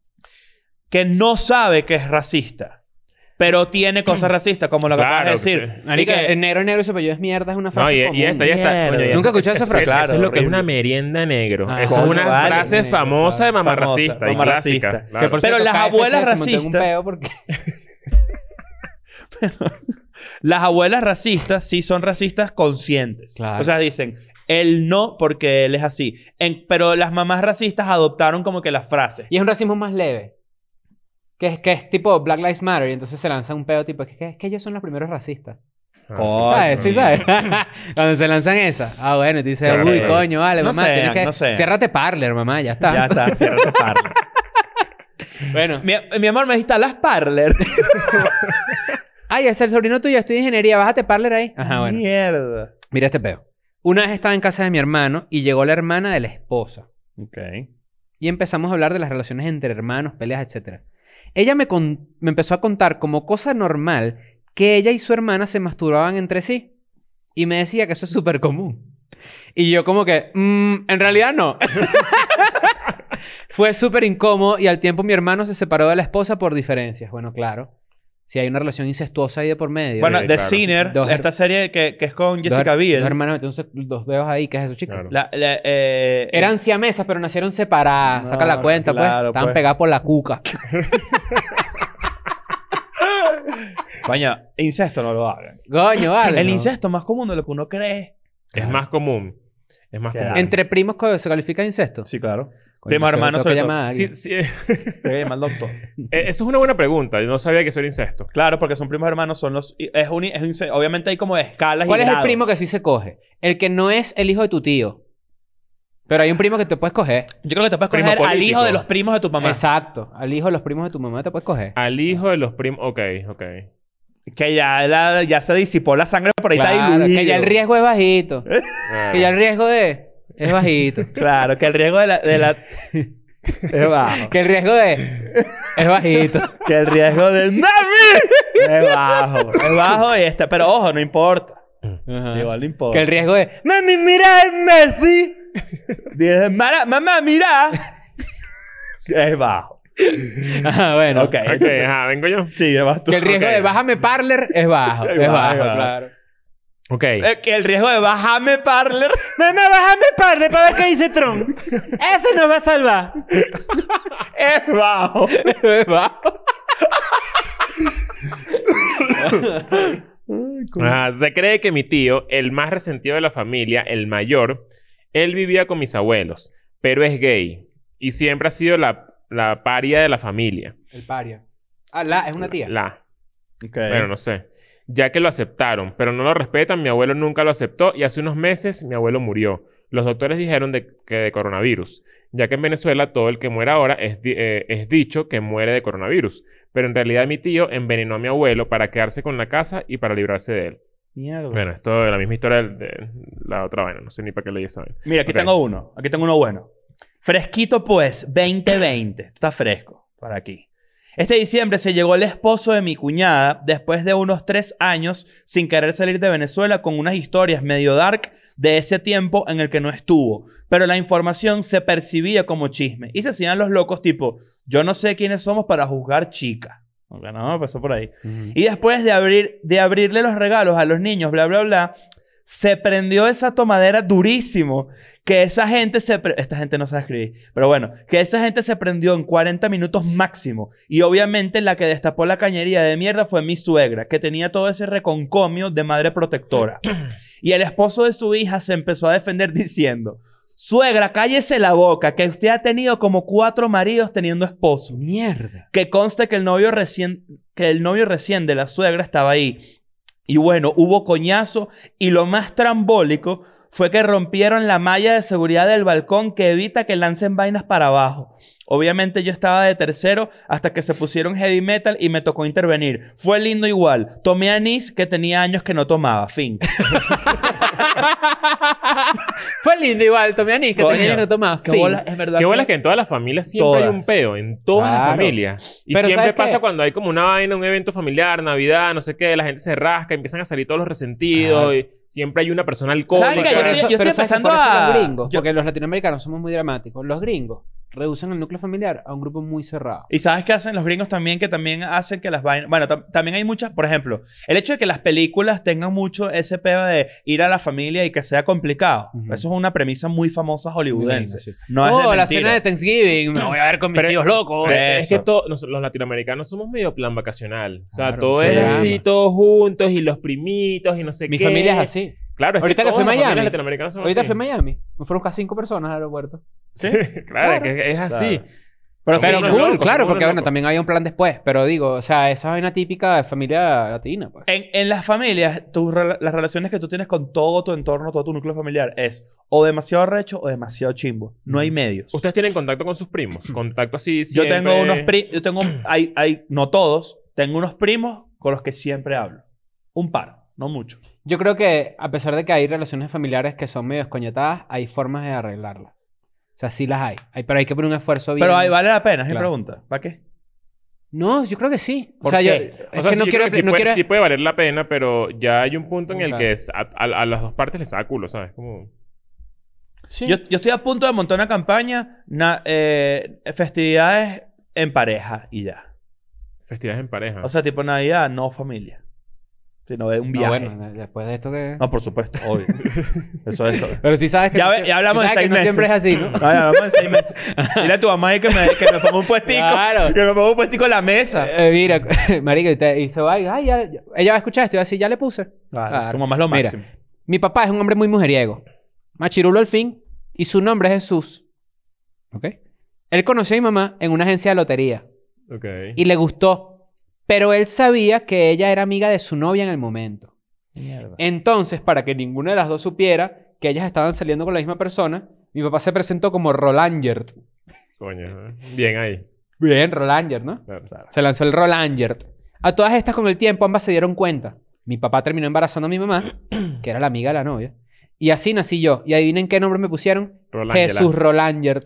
Speaker 3: que no sabe que es racista, pero tiene cosas racistas, como lo que
Speaker 2: Claro
Speaker 3: acabas de
Speaker 2: que
Speaker 3: decir.
Speaker 2: sí.
Speaker 4: Marica,
Speaker 3: Y que-
Speaker 4: el negro es negro y su apellido es mierda, es una
Speaker 2: No,
Speaker 4: frase
Speaker 2: y,
Speaker 4: común.
Speaker 2: y esta, ya está.
Speaker 3: Mierda.
Speaker 2: Coño, ya
Speaker 4: Nunca
Speaker 2: está.
Speaker 4: escuché esa
Speaker 2: Eso-
Speaker 4: frase.
Speaker 2: Eso, es lo que es
Speaker 3: Horrible.
Speaker 2: una merienda negro.
Speaker 4: Ah,
Speaker 2: eso es
Speaker 3: coño,
Speaker 2: una
Speaker 3: vale.
Speaker 2: frase
Speaker 4: Negro,
Speaker 2: famosa
Speaker 4: claro.
Speaker 2: de mamá
Speaker 3: Famosa,
Speaker 2: racista. y
Speaker 3: mamá
Speaker 2: clásica,
Speaker 3: racista.
Speaker 2: claro.
Speaker 4: Que por
Speaker 3: Pero
Speaker 4: cierto,
Speaker 3: las
Speaker 4: KFC
Speaker 3: abuelas
Speaker 4: se montó en un
Speaker 3: racistas-
Speaker 4: peo porque-
Speaker 3: Las abuelas racistas sí son racistas conscientes.
Speaker 4: Claro.
Speaker 3: O sea, dicen, él no porque él es así. En- pero las mamás racistas adoptaron como que las frases.
Speaker 4: Y es un racismo más leve. Que es, que es tipo Black Lives Matter y entonces se lanza un pedo tipo, es que, es que ellos son los primeros racistas.
Speaker 2: Ah,
Speaker 3: Coño.
Speaker 4: ¿Sabes? Sí, ¿sabes? Cuando se lanzan esas. Ah, bueno, y tú dices,
Speaker 2: Claro,
Speaker 4: uy,
Speaker 2: sí.
Speaker 4: coño, vale,
Speaker 3: No
Speaker 4: mamá,
Speaker 3: sé,
Speaker 4: tienes que...
Speaker 3: no sé.
Speaker 4: Ciérrate Parler, mamá, ya está.
Speaker 3: Ya está, ciérrate parler.
Speaker 4: Bueno.
Speaker 3: mi, mi amor, me dijiste las parler.
Speaker 4: Ay, es el sobrino tuyo, estudia ingeniería, bájate Parler ahí. Ajá, bueno.
Speaker 3: Mierda.
Speaker 4: Mira este peo. Una vez estaba en casa de mi hermano y llegó la hermana de la esposa.
Speaker 3: Ok.
Speaker 4: y empezamos a hablar de las relaciones entre hermanos, peleas, etc. Ella me, con- me empezó a contar como cosa normal que ella y su hermana se masturbaban entre sí. Y me decía que eso es súper común. Y yo como que, "Mm, en realidad no. Fue súper incómodo y al tiempo mi hermano se separó de la esposa por diferencias. Bueno, claro. Si hay una relación incestuosa ahí de por medio.
Speaker 3: Bueno,
Speaker 2: Sí,
Speaker 3: The
Speaker 2: claro.
Speaker 3: Sinner,
Speaker 4: Dos her-
Speaker 3: esta serie que, que es con
Speaker 4: Dos her-
Speaker 3: Jessica Biel.
Speaker 4: Dos hermanas metiéndose dos dedos ahí. ¿Qué es eso, chicos?
Speaker 2: Claro.
Speaker 3: La- la- eh,
Speaker 4: Eran siamesas, pero nacieron separadas.
Speaker 3: No,
Speaker 4: Saca la cuenta,
Speaker 3: claro,
Speaker 4: pues. Estaban
Speaker 3: pues.
Speaker 4: pegadas por la cuca.
Speaker 3: eh, Coño, incesto no lo hagan.
Speaker 4: Coño, vale.
Speaker 3: El
Speaker 4: No.
Speaker 3: incesto más común de lo que uno cree.
Speaker 2: Es más común. Es más
Speaker 3: Claro.
Speaker 2: común.
Speaker 4: ¿Entre primos co- se califica de incesto?
Speaker 3: Sí, claro.
Speaker 4: Coño,
Speaker 3: Primo,
Speaker 4: se-
Speaker 3: hermano,
Speaker 4: tengo que
Speaker 3: sobre todo.
Speaker 4: llamar a alguien.
Speaker 2: Sí, sí, eh,
Speaker 3: Te voy a llamar doctor.
Speaker 2: Eso es una buena pregunta. Yo no sabía que eso era incesto.
Speaker 3: Claro, porque son primos hermanos, son los. y- Es un, es un incesto. Obviamente hay como escalas
Speaker 4: ¿Cuál
Speaker 3: y
Speaker 4: es el
Speaker 3: grados.
Speaker 4: primo que sí se coge? El que no es el hijo de tu tío. Pero hay un primo que te puedes coger.
Speaker 3: Yo creo que te puedes
Speaker 2: Primo
Speaker 3: coger al
Speaker 2: político.
Speaker 3: hijo de los primos de tu mamá.
Speaker 4: Exacto. Al hijo de los primos de tu mamá te puedes coger.
Speaker 2: Al hijo de los primos. Ok, ok.
Speaker 3: Que ya, la- ya se disipó la sangre por ahí, está
Speaker 4: Claro,
Speaker 3: diluido.
Speaker 4: que ya el riesgo es bajito.
Speaker 2: Claro.
Speaker 4: Que ya el riesgo de... Es bajito.
Speaker 3: Claro, que el riesgo de la. de la- es bajo.
Speaker 4: que el riesgo de... Es bajito.
Speaker 3: que el riesgo de. ¡Nami! es bajo. Es bajo y está. Pero ojo, no importa.
Speaker 4: Ajá.
Speaker 3: Igual no importa.
Speaker 4: Que el riesgo de... ¡Mami, mira el Messi!
Speaker 3: Dices, "Mara- mamá, mira. es bajo.
Speaker 4: Ah, bueno.
Speaker 3: Ok.
Speaker 2: Ok,
Speaker 3: entonces-
Speaker 2: ajá, vengo yo.
Speaker 3: Sí, vas tú.
Speaker 4: Que el riesgo
Speaker 2: Ok.
Speaker 4: de bájame parler es bajo.
Speaker 3: Es
Speaker 4: Es
Speaker 3: bajo,
Speaker 4: bajo,
Speaker 3: es bajo.
Speaker 4: claro.
Speaker 2: Ok.
Speaker 3: Eh, que el riesgo de bájame parler.
Speaker 4: Mamá, bájame parler para ver qué dice Trump. Ese nos va a salvar.
Speaker 3: es bajo.
Speaker 4: Es bajo.
Speaker 2: Ajá, se cree que mi tío, el más resentido de la familia, el mayor, él vivía con mis abuelos, pero es gay y siempre ha sido la, la paria de la familia.
Speaker 4: El paria. Ah, la, es una tía.
Speaker 2: La.
Speaker 3: Ok.
Speaker 2: Bueno, no sé. Ya que lo aceptaron, pero no lo respetan, mi abuelo nunca lo aceptó y hace unos meses mi abuelo murió. Los doctores dijeron de- que de coronavirus, ya que en Venezuela todo el que muere ahora es, di- eh, es dicho que muere de coronavirus, pero en realidad mi tío envenenó a mi abuelo para quedarse con la casa y para librarse de él.
Speaker 3: Mierda.
Speaker 2: Bueno, esto es la misma historia del- de, la otra vaina. No sé ni para qué leí esa vaina.
Speaker 3: Mira, aquí
Speaker 2: Ok.
Speaker 3: tengo uno. Aquí tengo uno bueno. Fresquito, pues, 2020. Está fresco para aquí. Este diciembre se llegó el esposo de mi cuñada después de unos tres años sin querer salir de Venezuela con unas historias medio dark de ese tiempo en el que no estuvo. Pero la información se percibía como chisme y se hacían los locos tipo, yo no sé quiénes somos para juzgar chica. Ok, no, pasó por ahí. Y después de, abrir, de abrirle los regalos a los niños, bla, bla, bla, se prendió esa tomadera durísimo. Que esa gente se... pre- Esta gente no sabe escribir. Pero bueno, que esa gente se prendió en 40 minutos máximo. Y obviamente la que destapó la cañería de mierda fue mi suegra, que tenía todo ese reconcomio de madre protectora. Y el esposo de su hija se empezó a defender diciendo... Suegra, cállese la boca, que usted ha tenido como cuatro maridos teniendo esposo.
Speaker 4: Mierda.
Speaker 3: Que conste que el novio recién, que el novio recién de la suegra estaba ahí. Y bueno, hubo coñazo y lo más trambólico fue que rompieron la malla de seguridad del balcón que evita que lancen vainas para abajo. Obviamente yo estaba de tercero hasta que se pusieron heavy metal y me tocó intervenir. Fue lindo igual. Tomé anís que tenía años que no tomaba. Fin.
Speaker 4: Fue lindo igual, tomé anís, que
Speaker 3: Coño,
Speaker 4: tenía que no tomar.
Speaker 3: Qué
Speaker 4: Fin.
Speaker 3: bolas, es verdad.
Speaker 2: Qué bolas que en todas las familias siempre hay un
Speaker 3: Todas.
Speaker 2: peo, en todas las
Speaker 4: Claro.
Speaker 2: familias. Y
Speaker 4: Pero
Speaker 2: siempre
Speaker 4: ¿sabes qué?
Speaker 2: pasa cuando hay como una vaina, un evento familiar, Navidad, no sé qué, la gente se rasca, empiezan a salir todos los resentidos
Speaker 4: Claro.
Speaker 2: y siempre hay una persona
Speaker 3: ¿Saben
Speaker 2: alcohólica.
Speaker 3: que yo
Speaker 4: Por
Speaker 3: estoy-
Speaker 4: eso-
Speaker 3: yo
Speaker 4: pero
Speaker 3: estoy
Speaker 4: ¿sabes qué?
Speaker 3: empezando
Speaker 4: Por eso
Speaker 3: a-
Speaker 4: Los gringos,
Speaker 3: yo-
Speaker 4: porque los latinoamericanos somos muy dramáticos. Los gringos reducen el núcleo familiar a un grupo muy cerrado.
Speaker 3: Y sabes qué hacen los gringos también, que también hacen que las vainas. Bueno, tam- también hay muchas, por ejemplo, el hecho de que las películas tengan mucho ese peo de ir a la familia y que sea complicado.
Speaker 4: Ujú.
Speaker 3: Eso es una premisa muy famosa hollywoodense.
Speaker 4: Sí, sí.
Speaker 3: No es
Speaker 4: oh,
Speaker 3: de
Speaker 4: la
Speaker 3: mentira.
Speaker 4: cena de Thanksgiving. Me voy a ver con mis
Speaker 2: Pero-
Speaker 4: tíos locos.
Speaker 3: Pero-
Speaker 2: Es que
Speaker 3: Eso.
Speaker 2: to- nos- los latinoamericanos somos medio plan vacacional. O sea,
Speaker 4: Claro,
Speaker 2: todo
Speaker 4: sí.
Speaker 2: es
Speaker 4: Sí.
Speaker 2: así, todos juntos y los primitos y no sé
Speaker 4: Mi
Speaker 2: qué.
Speaker 4: familia es así.
Speaker 2: Claro, es
Speaker 4: Ahorita que
Speaker 2: todas
Speaker 4: fui a
Speaker 2: las familias
Speaker 4: Miami.
Speaker 2: latinoamericanas son
Speaker 4: Ahorita
Speaker 2: así.
Speaker 4: fui a Miami. Me fueron casi cinco personas al aeropuerto.
Speaker 3: Sí.
Speaker 2: Claro,
Speaker 4: Claro.
Speaker 2: que es así.
Speaker 3: Claro. Pero,
Speaker 2: Pero
Speaker 4: Pero
Speaker 3: fino.
Speaker 2: unos
Speaker 4: cool,
Speaker 2: locos,
Speaker 4: claro,
Speaker 2: somos
Speaker 4: porque
Speaker 2: unos
Speaker 4: bueno,
Speaker 2: locos.
Speaker 4: también había un plan después. Pero digo, o sea, esa vaina típica de familia latina. Pues.
Speaker 3: En, en las familias, tus rela- las relaciones que tú tienes con todo tu entorno, todo tu núcleo familiar, es o demasiado recho o demasiado chimbo. No hay medios.
Speaker 2: Ustedes tienen contacto con sus primos.
Speaker 4: Mm.
Speaker 2: Contacto así
Speaker 3: yo
Speaker 2: siempre.
Speaker 3: tengo unos primos, yo tengo, hay, hay, no todos, tengo unos primos con los que siempre hablo. Un par, no mucho.
Speaker 4: Yo creo que a pesar de que hay relaciones familiares que son medio escoñetadas, hay formas de arreglarlas. O sea, sí las hay. hay pero hay que poner un esfuerzo bien.
Speaker 3: Pero ahí vale la pena, es mi
Speaker 4: Claro.
Speaker 3: pregunta. ¿Para qué?
Speaker 4: No, yo creo que sí. O
Speaker 3: ¿Por
Speaker 4: sea, yo,
Speaker 3: qué?
Speaker 4: es
Speaker 2: O sea,
Speaker 4: que
Speaker 2: sí,
Speaker 4: no quiero...
Speaker 2: yo creo que sí,
Speaker 4: no
Speaker 2: puede,
Speaker 4: quiero-
Speaker 2: sí puede valer la pena, pero ya hay un punto en el
Speaker 4: Claro.
Speaker 2: que es- a, a- a las dos partes les da culo, ¿sabes? Como...
Speaker 4: Sí.
Speaker 3: Yo, yo estoy a punto de montar una campaña, na- eh, festividades en pareja y ya.
Speaker 2: Festividades en pareja.
Speaker 3: O sea, tipo Navidad, no familia. Sino de un
Speaker 4: No,
Speaker 3: viaje. No,
Speaker 4: Ah, bueno, de- después de esto que...
Speaker 3: por supuesto, obvio. Eso es todo.
Speaker 4: Pero sí sabes que...
Speaker 3: Ya
Speaker 4: no
Speaker 3: ve-
Speaker 4: sie-
Speaker 3: ya hablamos
Speaker 4: sí
Speaker 3: de
Speaker 4: sabes
Speaker 3: seis
Speaker 4: que no siempre es así, ¿no?
Speaker 3: No, ya, vamos en seis meses. Dile a tu mamá ahí que me, que me ponga un puestico.
Speaker 4: Claro.
Speaker 3: Que me ponga un puestico en la mesa.
Speaker 4: Eh, mira, marica, y te- y se va y... Ay, ya- ya- ella va a escuchar esto y va a decir, ya le puse. Claro.
Speaker 3: Tu mamá es lo
Speaker 4: Mira.
Speaker 3: máximo.
Speaker 4: Mi papá es un hombre muy mujeriego. Machirulo al fin. Y su nombre es Jesús. ¿Ok? Él conoció a mi mamá en una agencia de lotería.
Speaker 2: ok.
Speaker 4: Y le gustó. Pero él sabía que ella era amiga de su novia en el momento. Entonces, para que ninguna de las dos supiera que ellas estaban saliendo con la misma persona, mi papá se presentó como Rolanger.
Speaker 2: Coño. ¿eh? Bien ahí.
Speaker 4: Bien, Rolanger, ¿no?
Speaker 2: Claro, claro.
Speaker 4: Se lanzó el Rolanger. A todas estas, con el tiempo, ambas se dieron cuenta. Mi papá terminó embarazando a mi mamá, que era la amiga de la novia. Y así nací yo. Y adivinen qué nombre me pusieron.
Speaker 2: Roland
Speaker 4: Jesús Rolanger.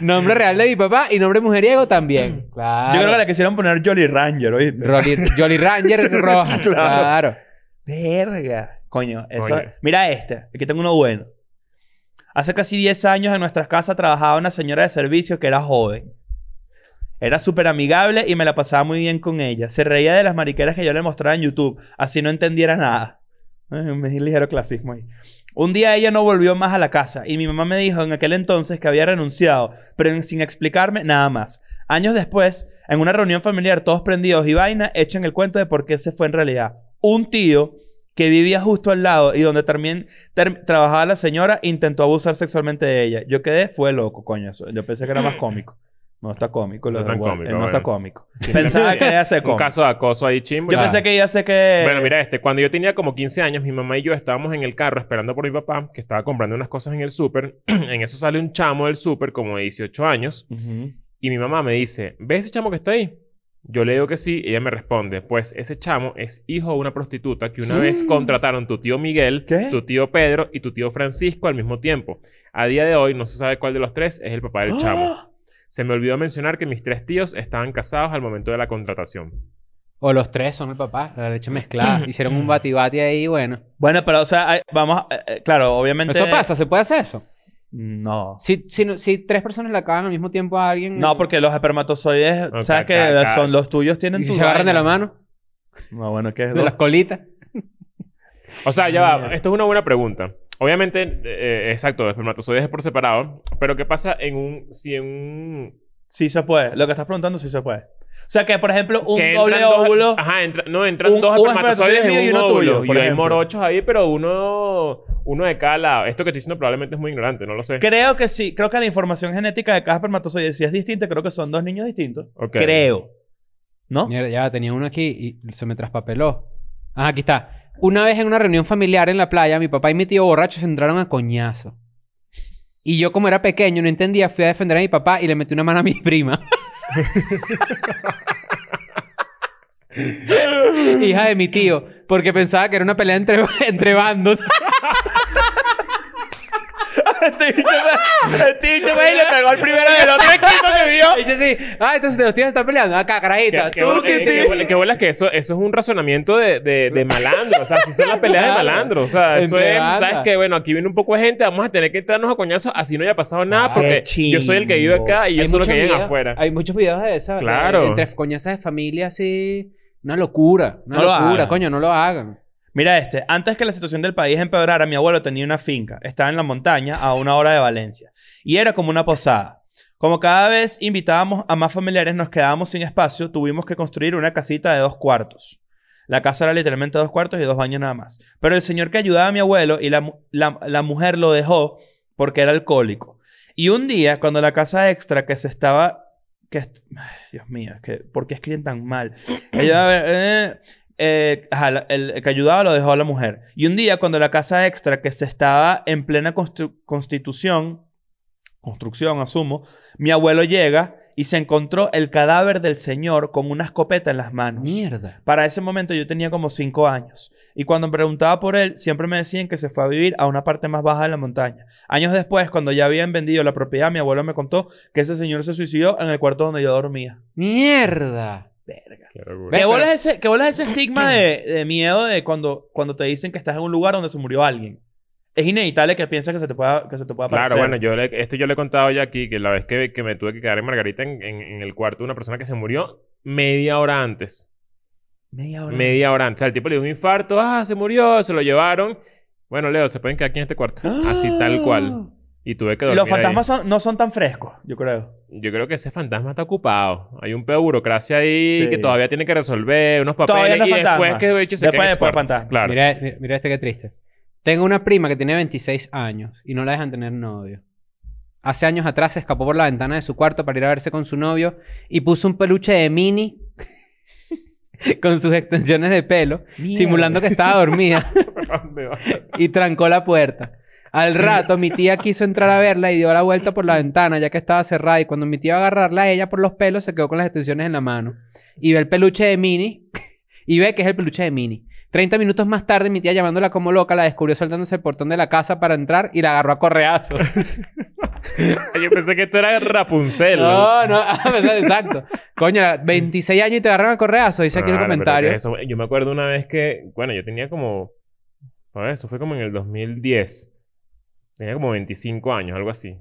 Speaker 4: nombre real de mi papá y nombre mujeriego también. Claro.
Speaker 3: Yo creo que le quisieron poner Jolly Ranger, ¿oíste?
Speaker 4: Rolly- Jolly Ranger Rojas. Claro.
Speaker 3: Verga. Coño, eso.
Speaker 2: Coño.
Speaker 3: Mira este. Aquí tengo uno bueno. Hace casi 10 años en nuestras casas trabajaba una señora de servicio que era joven. Era súper amigable y me la pasaba muy bien con ella. Se reía de las mariqueras que yo le mostraba en YouTube. Así no entendiera nada. Ay, Un ligero clasismo ahí. Un día ella no volvió más a la casa y mi mamá me dijo en aquel entonces que había renunciado, pero en- sin explicarme nada más. Años después, en una reunión familiar, todos prendidos y vaina, echan el cuento de por qué se fue en realidad. Un tío que vivía justo al lado y donde también ter- trabajaba la señora intentó abusar sexualmente de ella. Yo quedé, fue loco, coño. eso. Yo pensé que era más cómico. No está cómico.
Speaker 2: Mm. No
Speaker 3: lo de
Speaker 2: tan
Speaker 3: Wal-
Speaker 2: cómico,
Speaker 3: él no está
Speaker 2: bueno.
Speaker 3: cómico. Pensaba que era
Speaker 2: Un
Speaker 3: cómico.
Speaker 2: caso de acoso ahí chimbo.
Speaker 3: Yo
Speaker 2: Ah.
Speaker 3: pensé que iba a ser que...
Speaker 2: Bueno, mira este. Cuando yo tenía como 15 años, mi mamá y yo estábamos en el carro esperando por mi papá, que estaba comprando unas cosas en el súper. en eso sale un chamo del súper, como de 18 años.
Speaker 3: Ujú.
Speaker 2: Y mi mamá me dice, ¿ves ese chamo que está ahí? Yo le digo que sí. y ella me responde, pues ese chamo es hijo de una prostituta que una vez contrataron tu tío Miguel,
Speaker 3: ¿Qué?
Speaker 2: tu tío Pedro y tu tío Francisco al mismo tiempo. A día de hoy no se sabe cuál de los tres es el papá del chamo.
Speaker 3: ¡Ah!
Speaker 2: Se me olvidó mencionar que mis tres tíos estaban casados al momento de la contratación.
Speaker 4: O los tres son el papá, la leche mezclada. Hicieron un batibati ahí, bueno.
Speaker 3: Bueno, pero o sea, hay- vamos... a- eh, eh, claro, obviamente...
Speaker 4: Eso pasa, se puede hacer eso.
Speaker 3: No.
Speaker 4: Si, si, no- si tres personas le acaban al mismo tiempo a alguien.
Speaker 3: No, porque los espermatozoides,
Speaker 2: No,
Speaker 3: ¿sabes
Speaker 2: ca-
Speaker 3: que
Speaker 2: ca- ca-
Speaker 3: son los tuyos tienen
Speaker 4: Y si
Speaker 3: tu
Speaker 4: se agarran de
Speaker 3: vaina?
Speaker 4: la mano,
Speaker 3: No, bueno, que es
Speaker 4: de
Speaker 3: dos.
Speaker 4: las colitas.
Speaker 2: O sea, ya va.
Speaker 3: Mierda.
Speaker 2: Esto es una buena pregunta. Obviamente, eh, exacto, espermatozoides es por separado. Pero ¿qué pasa en un... Si en un...
Speaker 3: Sí se puede. Lo que estás preguntando sí se puede. O sea, que por ejemplo, un
Speaker 2: que
Speaker 3: doble
Speaker 2: entran dos-
Speaker 3: óvulo...
Speaker 2: ajá, entra- no, entran
Speaker 3: Un-
Speaker 2: dos
Speaker 3: un
Speaker 2: espermatozoides
Speaker 3: espermatozoide
Speaker 2: en
Speaker 3: mío
Speaker 2: un
Speaker 3: y uno
Speaker 2: óvulo.
Speaker 3: tuyo, por
Speaker 2: y hay
Speaker 3: ejemplo.
Speaker 2: morochos ahí, pero uno, uno de cada lado. Esto que estoy diciendo probablemente es muy ignorante, no lo sé.
Speaker 3: Creo que sí. Creo que la información genética de cada espermatozoide sí es distinta. Creo que son dos niños distintos.
Speaker 2: Ok.
Speaker 3: Creo. ¿No?
Speaker 4: Mierda, ya tenía uno aquí y se me traspapeló. Ah, aquí está. Una vez en una reunión familiar en la playa, mi papá y mi tío borrachos entraron a coñazo. Y yo, como era pequeño, no entendía, fui a defender a mi papá y le metí una mano a mi prima. Hija de mi tío, porque pensaba que era una pelea entre, entre bandos.
Speaker 3: Este bicho fue- este bicho fue y le pegó el primero del otro equipo que vio.
Speaker 4: Y yo sí, ah, entonces los tíos están peleando. Acá, carajita.
Speaker 2: Que bolas que, que bola- que bolas que eso, eso es un razonamiento de, de, de malandro. O sea, si son las peleas de
Speaker 4: Claro.
Speaker 2: malandro. O sea, eso
Speaker 4: Entre
Speaker 2: es,
Speaker 4: bandas.
Speaker 2: ¿sabes qué? Bueno, aquí viene un poco de gente, vamos a tener que entrarnos a coñazos, así no haya pasado nada,
Speaker 3: Ah,
Speaker 2: porque
Speaker 3: qué
Speaker 2: yo soy el que vive
Speaker 3: chimbo.
Speaker 2: acá y
Speaker 4: Hay
Speaker 2: yo soy lo que
Speaker 4: muchos
Speaker 2: viven
Speaker 4: videos-
Speaker 2: afuera.
Speaker 4: Hay muchos videos de esas.
Speaker 2: Claro.
Speaker 4: eh, entre coñazas de familia, así. Una locura. Una
Speaker 3: No lo
Speaker 4: locura,
Speaker 3: hagan.
Speaker 4: coño, no lo hagan.
Speaker 3: Mira este, antes que la situación del país empeorara, mi abuelo tenía una finca, estaba en la montaña a una hora de Valencia, y era como una posada. Como cada vez invitábamos a más familiares, nos quedábamos sin espacio, tuvimos que construir una casita de dos cuartos. La casa era literalmente dos cuartos y dos baños nada más. Pero el señor que ayudaba a mi abuelo y la, mu- la- la mujer lo dejó porque era alcohólico. Y un día, cuando la casa extra que se estaba... Que, est- Ay, Dios mío, es que, ¿por qué escriben tan mal? Ayudaba, eh, eh, ajá, la- el, el que ayudaba lo dejó a la mujer. Y un día, cuando la casa extra, que se estaba en plena constru- constitución, construcción, asumo, mi abuelo llega y se encontró el cadáver del señor con una escopeta en las manos.
Speaker 4: Mierda.
Speaker 3: Para ese momento yo tenía como cinco años. Y cuando me preguntaba por él, siempre me decían que se fue a vivir a una parte más baja de la montaña. Años después, cuando ya habían vendido la propiedad, mi abuelo me contó que ese señor se suicidó en el cuarto donde yo dormía.
Speaker 4: Mierda.
Speaker 2: Qué
Speaker 4: Ve,
Speaker 2: locura.
Speaker 3: ¿Qué
Speaker 4: pero-
Speaker 3: bolas ese, qué bolas ese estigma de, de miedo de cuando, cuando te dicen que estás en un lugar donde se murió alguien? Es inevitable que pienses que se te pueda, que se te pueda
Speaker 2: Claro,
Speaker 3: aparecer.
Speaker 2: bueno, yo le- esto yo le he contado ya aquí, que la vez que, que me tuve que quedar en Margarita en, en- en el cuarto de una persona que se murió media hora antes.
Speaker 3: Media hora.
Speaker 2: Media hora antes. O sea, el tipo le dio un infarto, ah, se murió, se lo llevaron. Bueno, Leo, se pueden quedar aquí en este cuarto.
Speaker 4: ¡Ah!
Speaker 2: Así tal cual. Y tuve que
Speaker 3: Y
Speaker 2: dormir.
Speaker 3: los
Speaker 2: ahí.
Speaker 3: fantasmas son- no son tan frescos, yo creo.
Speaker 2: Yo creo que ese fantasma está ocupado. Hay un pedo de burocracia ahí
Speaker 3: Sí.
Speaker 2: que todavía tiene que resolver unos papeles
Speaker 3: Todavía no es
Speaker 2: y después
Speaker 3: fantasma.
Speaker 2: que de hecho se
Speaker 3: Después-
Speaker 2: quede en su
Speaker 3: después
Speaker 2: cuarto.
Speaker 3: fantasma.
Speaker 2: Claro.
Speaker 4: Mira, mira- mira este que triste. Tengo una prima que tiene 26 años y no la dejan tener novio. Hace años atrás se escapó por la ventana de su cuarto para ir a verse con su novio y puso un peluche de mini con sus extensiones de pelo, simulando que estaba dormida y trancó la puerta. Al rato mi tía quiso entrar a verla y dio la vuelta por la ventana ya que estaba cerrada y cuando mi tía iba a agarrarla ella por los pelos se quedó con las extensiones en la mano y ve el peluche de Mini y ve que es el peluche de Mini. 30 minutos más tarde mi tía llamándola como loca la descubrió saltándose el portón de la casa para entrar y la agarró a correazo.
Speaker 2: Yo pensé que esto era Rapunzel.
Speaker 4: no, no, ah, o sea, exacto. Coño, la- 26 años y te agarran a correazo, dice aquí en el
Speaker 2: Claro, pero
Speaker 4: comentario.
Speaker 2: que eso- yo me acuerdo una vez que, bueno, yo tenía como, a ver, eso fue como en el 2010. Tenía como 25 años, algo así.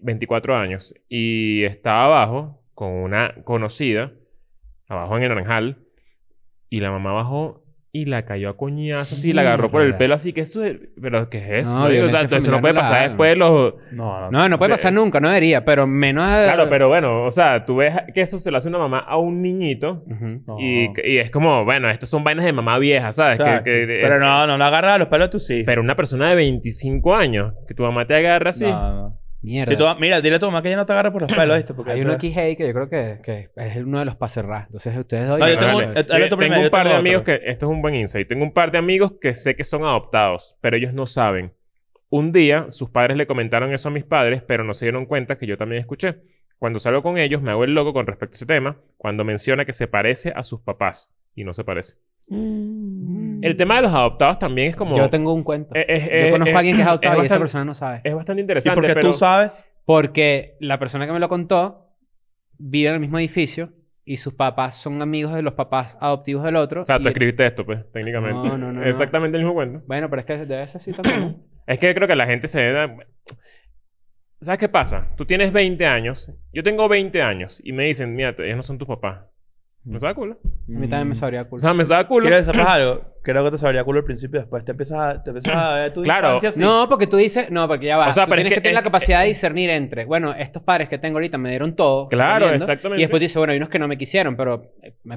Speaker 2: 24 años. Y estaba abajo con una conocida, abajo en el naranjal. Y la mamá bajó y la cayó a coñazos y la agarró por el
Speaker 4: Mierda.
Speaker 2: pelo. Así que eso, es- pero ¿qué es eso?
Speaker 4: No,
Speaker 2: marico? o
Speaker 4: violencia
Speaker 2: sea, eso no
Speaker 4: familiar
Speaker 2: puede
Speaker 4: no la
Speaker 2: pasar
Speaker 4: hagan.
Speaker 2: después de los...
Speaker 3: No, no.
Speaker 4: No, no puede
Speaker 2: de-
Speaker 4: pasar nunca, no debería, pero menos... a-
Speaker 2: Claro, pero bueno, o sea, tú ves que eso se lo hace una mamá a un niñito.
Speaker 4: Ujú.
Speaker 3: no.
Speaker 2: Y, y es como, bueno, estas son vainas de mamá vieja, ¿sabes? Que-
Speaker 3: Exacto.
Speaker 2: que-
Speaker 3: Pero no, no lo agarras a los pelos tú sí.
Speaker 2: Pero una persona de 25 años, que tu mamá te agarra así.
Speaker 3: No, no.
Speaker 4: Mierda.
Speaker 3: Si tú- mira, dile a tu mamá que ella no te agarra por los pelos, ¿viste? Porque
Speaker 4: Hay uno aquí, hey, que yo creo que, que es uno de los paserras. Entonces ustedes dos...
Speaker 3: No, yo
Speaker 2: Ah,
Speaker 3: tengo,
Speaker 2: vale.
Speaker 3: eh, dale tú
Speaker 2: tengo
Speaker 3: primero, yo
Speaker 2: un par
Speaker 3: tengo
Speaker 2: de amigos
Speaker 3: otro.
Speaker 2: que, esto es un buen insight, tengo un par de amigos que sé que son adoptados, pero ellos no saben. Un día sus padres le comentaron eso a mis padres, pero no se dieron cuenta que yo también escuché. Cuando salgo con ellos me hago el loco con respecto a ese tema, cuando menciona que se parece a sus papás y no se parece. El tema de los adoptados también es como...
Speaker 4: Yo tengo un cuento.
Speaker 2: Eh, eh, eh,
Speaker 4: yo conozco
Speaker 2: eh,
Speaker 4: a alguien que es adoptado y esa
Speaker 2: bastante-
Speaker 4: persona no sabe.
Speaker 2: Es bastante
Speaker 3: ¿Y
Speaker 2: interesante,
Speaker 3: porque
Speaker 2: pero...
Speaker 3: tú sabes?
Speaker 4: Porque la persona que me lo contó vive en el mismo edificio y sus papás son amigos de los papás adoptivos del otro.
Speaker 2: O sea,
Speaker 4: y
Speaker 2: tú
Speaker 4: el-
Speaker 2: escribiste esto, pues, técnicamente.
Speaker 4: No, no, no, no.
Speaker 2: Exactamente el mismo cuento.
Speaker 4: Bueno, pero es que debe ser así también.
Speaker 2: Es que creo que la gente se da... ¿Sabes qué pasa? Tú tienes 20 años, yo tengo 20 años, y me dicen, mira, ellos no son tus papás.
Speaker 4: Mm.
Speaker 2: Me saca culo.
Speaker 4: A mí también me sabría
Speaker 2: Mm. O
Speaker 4: culo.
Speaker 2: sea, me saca culo.
Speaker 3: Mm. Quiero decirles algo. Creo que te sabría culo al principio, después te empiezas a, te empiezas a ver tu
Speaker 2: Claro.
Speaker 3: infancia así.
Speaker 4: No, porque tú dices... No, porque ya va.
Speaker 2: O sea,
Speaker 4: tú
Speaker 2: pero es
Speaker 4: tienes que,
Speaker 2: que
Speaker 4: tener
Speaker 2: es- eh,
Speaker 4: la capacidad de discernir entre... Bueno, estos padres que tengo ahorita me dieron todo.
Speaker 2: Claro,
Speaker 4: suponiendo,
Speaker 2: exactamente.
Speaker 4: Y después dices, bueno, hay unos que no me quisieron, pero...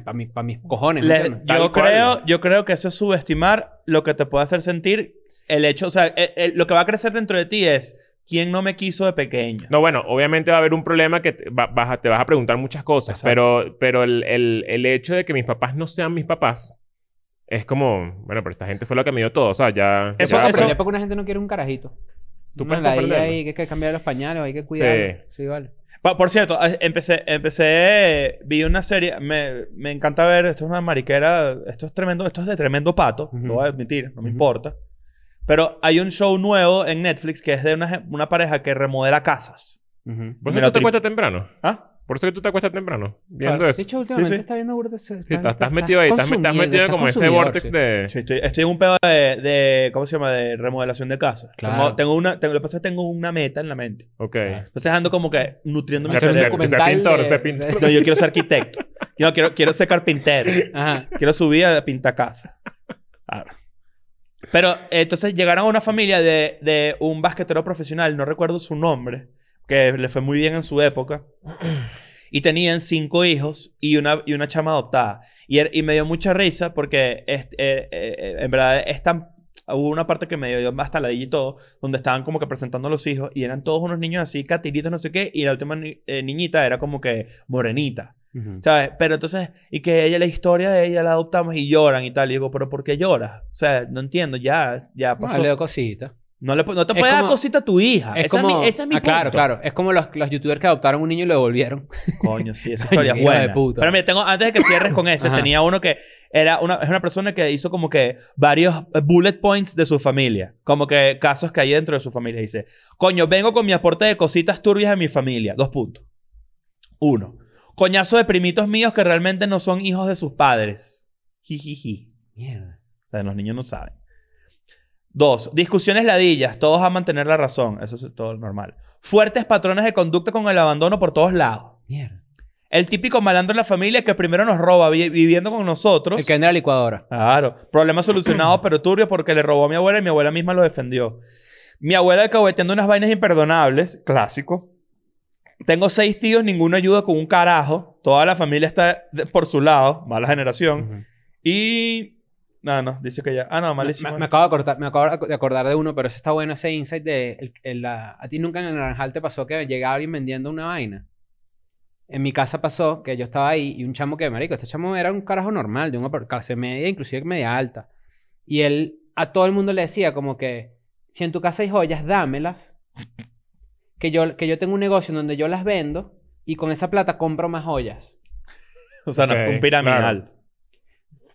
Speaker 4: Para mis cojones, ¿me
Speaker 3: Le-
Speaker 4: entiendes?
Speaker 2: Tal
Speaker 3: yo,
Speaker 2: cual.
Speaker 3: creo, yo creo que eso es subestimar lo que te puede hacer sentir el hecho, o sea, el- el- lo que va a crecer dentro de ti es quién no me quiso de pequeño.
Speaker 2: No, bueno, obviamente va a haber un problema que te, va- vas a, te vas a preguntar muchas cosas,
Speaker 3: Exacto.
Speaker 2: pero, pero el, el- el hecho de que mis papás no sean mis papás es como, bueno, pero esta gente fue la que me dio todo, o sea, ya...
Speaker 3: Eso-
Speaker 2: ya-
Speaker 4: Pero
Speaker 3: eso-
Speaker 4: ya porque una gente no quiere un carajito.
Speaker 2: Tú
Speaker 4: No,
Speaker 2: puedes
Speaker 4: la
Speaker 2: comprenderlo.
Speaker 4: IA ahí, que hay que cambiar los pañales, hay que cuidar. Sí, vale.
Speaker 3: Pa- Por cierto, eh, empecé, empecé, vi una serie, me, me encanta ver, esto es una mariquera, esto es tremendo, esto es de tremendo pato,
Speaker 4: Ujú.
Speaker 3: lo voy a admitir, no
Speaker 4: Ujú.
Speaker 3: me importa. Pero hay un show nuevo en Netflix que es de una, gen- una pareja que remodela casas.
Speaker 4: Ujú.
Speaker 2: Por
Speaker 3: Me
Speaker 2: eso
Speaker 3: lo
Speaker 2: que tú te
Speaker 3: tri-
Speaker 2: acuestas temprano.
Speaker 3: ¿Ah?
Speaker 2: Por eso que tú te acuestas temprano. Viendo
Speaker 3: Claro.
Speaker 2: eso.
Speaker 4: De hecho, últimamente
Speaker 3: sí.
Speaker 4: está viendo burda ese-
Speaker 2: Sí,
Speaker 4: está-
Speaker 2: estás, estás
Speaker 4: está
Speaker 2: metido ahí. Estás, estás
Speaker 4: consumido,
Speaker 2: metido
Speaker 4: estás
Speaker 2: como ese
Speaker 4: consumidor,
Speaker 2: vortex
Speaker 4: sí.
Speaker 2: de...
Speaker 3: Sí, estoy, estoy en un pedo de, de- ¿cómo se llama? De remodelación de casas.
Speaker 4: Claro.
Speaker 3: Tengo, tengo una, tengo, lo que pasa es que tengo una meta en la mente.
Speaker 2: Ok.
Speaker 3: Entonces ando como que nutriendo mi
Speaker 2: Hacer
Speaker 4: Hacer un
Speaker 2: ser-
Speaker 3: cerebro.
Speaker 2: ser
Speaker 4: documental
Speaker 2: pintor,
Speaker 4: de-
Speaker 2: ser pintor.
Speaker 3: No, yo quiero ser arquitecto. Yo quiero, quiero ser carpintero.
Speaker 4: Ajá.
Speaker 3: Quiero subir a pintar casa. Claro. Pero eh, entonces llegaron a una familia de, de un basquetero profesional, no recuerdo su nombre, que le fue muy bien en su época. Y tenían cinco hijos y una, y una chama adoptada. Y, er- y me dio mucha risa porque este, eh, eh, eh, en verdad es tan- hubo una parte que me dio hasta la y todo, donde estaban como que presentando a los hijos y eran todos unos niños así, catiritos, no sé qué. Y la última ni- eh, niñita era como que morenita.
Speaker 4: Ujú.
Speaker 3: ¿Sabes? Pero entonces, y que ella, la historia de ella la adoptamos y lloran y tal. Y digo, ¿pero por qué lloras? O sea, no entiendo, ya, ya
Speaker 4: No,
Speaker 3: pasó.
Speaker 4: Ah, le
Speaker 3: No,
Speaker 4: doy cositas.
Speaker 3: le pu- no te
Speaker 4: Es
Speaker 3: puede dar
Speaker 4: como-
Speaker 3: cosita a tu hija.
Speaker 4: Es
Speaker 3: esa,
Speaker 4: como...
Speaker 3: es mi, ese es mi
Speaker 4: Ah, claro,
Speaker 3: punto.
Speaker 4: claro. Es como los, los youtubers que adoptaron un niño y lo devolvieron.
Speaker 3: Coño, sí, esa
Speaker 4: Coño,
Speaker 3: historia es
Speaker 4: qué hijo de
Speaker 3: buena.
Speaker 4: puta.
Speaker 3: Pero mira, tengo, antes de que cierres con ese,
Speaker 4: Ajá.
Speaker 3: tenía uno que era una, es una persona que hizo como que varios bullet points de su familia. Como que casos que hay dentro de su familia. Dice, coño, vengo con mi aporte de cositas turbias de mi familia. Dos puntos. Uno, coñazo de primitos míos que realmente no son hijos de sus padres. Jijiji.
Speaker 4: Mierda.
Speaker 3: O sea, los niños no saben. Dos, discusiones ladillas, todos a mantener la razón, eso es todo normal. Fuertes patrones de conducta con el abandono por todos lados.
Speaker 4: Mierda.
Speaker 3: El típico malandro en la familia que primero nos roba vi- viviendo con nosotros.
Speaker 4: El que vende la licuadora.
Speaker 3: Claro, problema solucionado pero turbio porque le robó a mi abuela y mi abuela misma lo defendió. Mi abuela alcahueteando unas vainas imperdonables, clásico. Tengo seis tíos, ninguno ayuda con un carajo. Toda la familia está de- por su lado, mala generación.
Speaker 4: Ujú.
Speaker 3: Y. No, no, dice que ya. Ah, no,
Speaker 4: Me,
Speaker 3: malísimo.
Speaker 4: me- me acabo de cortar- me acabo de ac- de acordar de uno, pero eso está bueno, ese insight de... el- el- la- a ti nunca en el naranjal te pasó que llegaba alguien vendiendo una vaina. En mi casa pasó que yo estaba ahí y un chamo que, marico, este chamo era un carajo normal, de una per- clase media, inclusive media alta. Y él a todo el mundo le decía como que, si en tu casa hay joyas, dámelas. Que yo, que yo tengo un negocio en donde yo las vendo y con esa plata compro más joyas.
Speaker 3: O sea, no
Speaker 2: Ok,
Speaker 3: es un piramidal.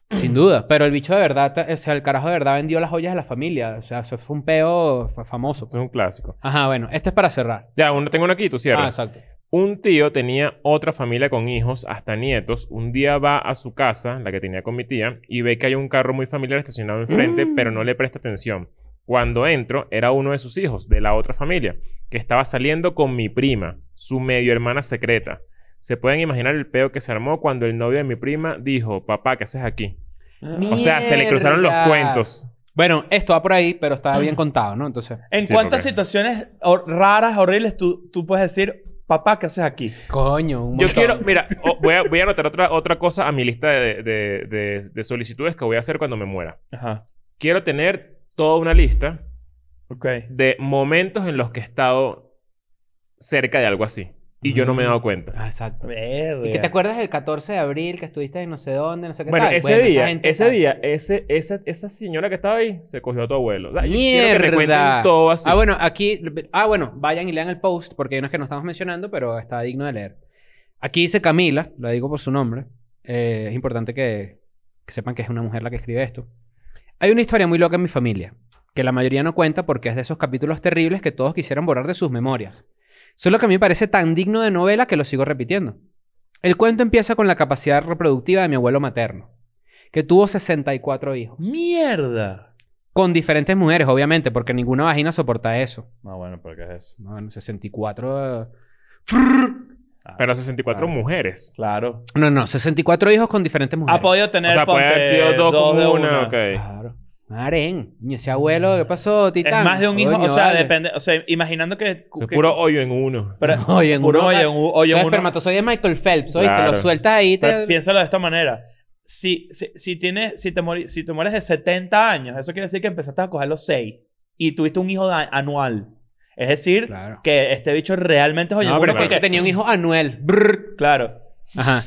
Speaker 4: Sin duda, pero el bicho de verdad, ta- o sea, el carajo de verdad vendió las joyas de la familia. O sea, eso fue un peo fue famoso.
Speaker 2: Es un clásico.
Speaker 4: Ajá, bueno, este es para cerrar.
Speaker 2: Ya, uno, tengo uno aquí, tú
Speaker 4: Ah,
Speaker 2: cierras.
Speaker 4: exacto.
Speaker 2: un tío tenía otra familia con hijos, hasta nietos. Un día va a su casa, la que tenía con mi tía, y ve que hay un carro muy familiar estacionado enfrente,
Speaker 4: Mm.
Speaker 2: pero no le presta atención. Cuando entro, era uno de sus hijos, de la otra familia, que estaba saliendo con mi prima, su medio hermana secreta. Se pueden imaginar el peo que se armó cuando el novio de mi prima dijo, papá, ¿qué haces aquí? O sea, se le cruzaron los
Speaker 4: Mierda.
Speaker 2: cuentos.
Speaker 4: Bueno, esto va por ahí, pero está bien contado, ¿no? Entonces,
Speaker 3: ¿En
Speaker 2: Sí,
Speaker 3: cuántas
Speaker 2: porque-
Speaker 3: situaciones hor- raras, horribles, tú, tú puedes decir, papá, ¿qué haces aquí?
Speaker 4: coño, un
Speaker 2: Yo
Speaker 4: montón.
Speaker 2: quiero, mira, o- voy, a, voy a anotar otra, otra cosa a mi lista de, de- de- de solicitudes que voy a hacer cuando me muera.
Speaker 3: Ajá.
Speaker 2: Quiero tener toda una lista
Speaker 3: Ok.
Speaker 2: de momentos en los que he estado cerca de algo así. Y yo no me he dado cuenta.
Speaker 4: Ah, exacto.
Speaker 3: Verde.
Speaker 4: ¿Y que te acuerdas del 14 de abril que estuviste en no sé dónde, no sé qué
Speaker 2: Bueno,
Speaker 4: tal?
Speaker 2: ese
Speaker 4: Bueno, esa
Speaker 2: día,
Speaker 4: gente
Speaker 2: ese
Speaker 4: tal.
Speaker 2: día, ese, esa, esa señora que estaba ahí se cogió a tu abuelo. O sea, yo Quiero que me
Speaker 4: ¡Mierda!
Speaker 2: cuenten todo así.
Speaker 4: Ah, bueno, aquí. Ah, bueno, vayan y lean el post porque hay unos que no estamos mencionando, pero está digno de leer. Aquí dice Camila, la digo por su nombre. eh, es importante que, que sepan que es una mujer la que escribe esto. Hay una historia muy loca en mi familia, que la mayoría no cuenta porque es de esos capítulos terribles que todos quisieran borrar de sus memorias. Solo que a mí me parece tan digno de novela que lo sigo repitiendo. El cuento empieza con la capacidad reproductiva de mi abuelo materno, que tuvo 64 hijos.
Speaker 2: Pues.
Speaker 3: ¡Mierda!
Speaker 4: Con diferentes mujeres, obviamente, porque ninguna vagina soporta eso.
Speaker 3: No, bueno, pero ¿qué es eso?
Speaker 4: No, en 64. eh,
Speaker 2: Pero
Speaker 4: Ah.
Speaker 2: 64 mujeres.
Speaker 3: Ah, Claro.
Speaker 4: No, no, 64 hijos con diferentes mujeres.
Speaker 3: Ha podido tener,
Speaker 2: O sea, puede haber
Speaker 3: ponte,
Speaker 2: sido dos, con
Speaker 3: de
Speaker 2: una.
Speaker 3: una.
Speaker 2: ok.
Speaker 4: Claro. Maren, niño, ese abuelo, ¿qué pasó,
Speaker 3: Es
Speaker 4: titán?
Speaker 3: más de un hijo,
Speaker 4: Coño,
Speaker 3: o sea,
Speaker 4: vale.
Speaker 3: depende, o sea, imaginando que...
Speaker 2: Es
Speaker 3: que-
Speaker 2: puro hoyo en uno.
Speaker 3: pero-
Speaker 4: Oye, en
Speaker 3: puro
Speaker 4: uno-
Speaker 3: oye, en un-
Speaker 4: Soy
Speaker 3: oye, en uno-
Speaker 4: espermatozoide de Michael Phelps, oíste,
Speaker 2: Claro.
Speaker 4: lo sueltas ahí. Te...
Speaker 3: Pero piénsalo de esta manera. Si, si, si, tienes, si, te mori- si te mueres de 70 años, eso quiere decir que empezaste a coger los 6 y tuviste un hijo da- anual. Es decir,
Speaker 4: Claro.
Speaker 3: que este bicho realmente es
Speaker 2: No,
Speaker 3: hoyuno
Speaker 2: pero
Speaker 4: Porque
Speaker 3: porque-
Speaker 4: yo tenía un hijo Anuel. Brr.
Speaker 3: Claro.
Speaker 4: Ajá.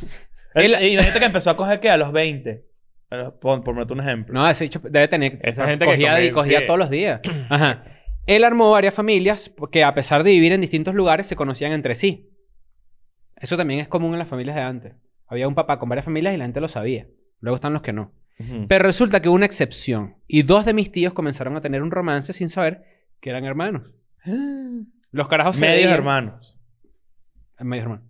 Speaker 3: El-
Speaker 4: El-
Speaker 3: Imagínate que empezó a coger que a los 20. A los- Por, por ponerte un ejemplo.
Speaker 4: No, ese bicho debe tener.
Speaker 2: Esa gente que
Speaker 4: cogía,
Speaker 2: come-
Speaker 4: y cogía
Speaker 2: sí.
Speaker 4: todos los días. Ajá. Él armó varias familias que a pesar de vivir en distintos lugares se conocían entre sí. Eso también es común en las familias de antes. Había un papá con varias familias y la gente lo sabía. Luego están los que no. Pero resulta que hubo una excepción. Y dos de mis tíos comenzaron a tener un romance sin saber que eran hermanos. Los carajos se
Speaker 3: Medios
Speaker 4: veían-
Speaker 3: hermanos.
Speaker 4: eh, Medio hermano.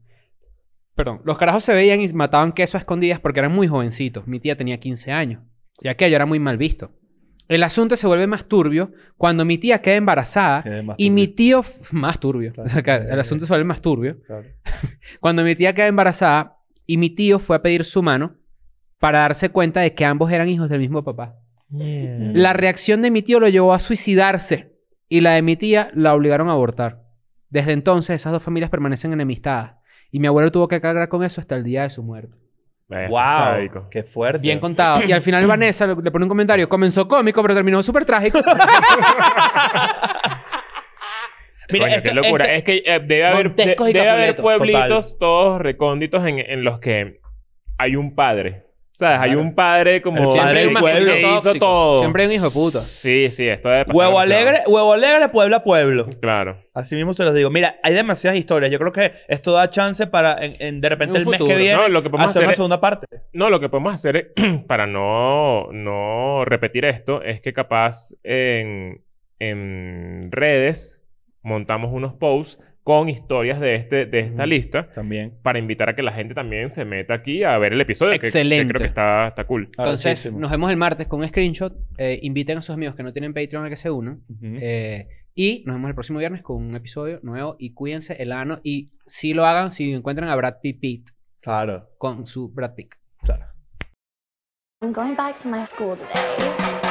Speaker 4: Perdón. Los carajos se veían y mataban queso a escondidas porque eran muy jovencitos. Mi tía tenía 15 años. Y aquello era muy mal visto. El asunto se vuelve más turbio cuando mi tía queda embarazada
Speaker 3: Queda más
Speaker 4: y mi
Speaker 3: turbio.
Speaker 4: tío... f- Más turbio.
Speaker 3: Claro.
Speaker 4: O sea, que el asunto se vuelve más turbio.
Speaker 3: Claro.
Speaker 4: Cuando mi tía queda embarazada y mi tío fue a pedir su mano para darse cuenta de que ambos eran hijos del mismo papá. La reacción de mi tío lo llevó a suicidarse y la de mi tía la obligaron a abortar. Desde entonces esas dos familias permanecen enemistadas y mi abuelo tuvo que cargar con eso hasta el día de su muerte.
Speaker 2: Eh, sádico.
Speaker 3: Wow, qué fuerte.
Speaker 2: Eh,
Speaker 4: Bien contado. Y al final Vanessa le le pone un comentario, comenzó cómico pero terminó súper trágico.
Speaker 2: Mira,
Speaker 3: Coño,
Speaker 2: esto-
Speaker 3: qué locura.
Speaker 2: este- es que eh, debe haber, de-
Speaker 4: Montescos y
Speaker 2: debe haber
Speaker 4: Capuleto.
Speaker 2: pueblitos todos recónditos en, en los que hay un padre. ¿Sabes? Hay
Speaker 3: Claro.
Speaker 2: un padre como...
Speaker 3: El padre
Speaker 2: que-
Speaker 3: del pueblo.
Speaker 2: Que hizo
Speaker 4: Tóxico.
Speaker 2: todo.
Speaker 4: Siempre hay un hijo de puta.
Speaker 2: Sí, sí. Esto debe eh, pasar
Speaker 3: Huevo
Speaker 2: demasiado.
Speaker 3: alegre, huevo alegre, Puebla, pueblo.
Speaker 2: Claro.
Speaker 3: Así mismo se los digo. Mira, hay demasiadas historias. Yo creo que esto da chance para, en- en- de repente,
Speaker 4: Un
Speaker 3: el mes
Speaker 4: futuro,
Speaker 3: que viene,
Speaker 2: No, lo que podemos
Speaker 3: hacer
Speaker 2: hacer
Speaker 3: una
Speaker 2: es-
Speaker 3: segunda parte.
Speaker 2: No, lo que podemos hacer es, para no, no repetir esto, es que capaz en, en redes montamos unos posts con historias de, este, de esta
Speaker 3: Ujú.
Speaker 2: lista
Speaker 3: También.
Speaker 2: para invitar a que la gente también se meta aquí a ver el episodio. que- que
Speaker 4: Excelente.
Speaker 2: creo que está, está cool.
Speaker 4: Entonces nos vemos el martes con un screenshot. Eh, inviten a sus amigos que no tienen Patreon a que se unan. Eh, y nos vemos el próximo viernes con un episodio nuevo. Y cuídense el ano. Y si lo hagan, si encuentran a Brad Pitt, Pitt
Speaker 3: Claro,
Speaker 4: con su Brad Pitt.
Speaker 3: claro.
Speaker 1: I'm going back to my school today.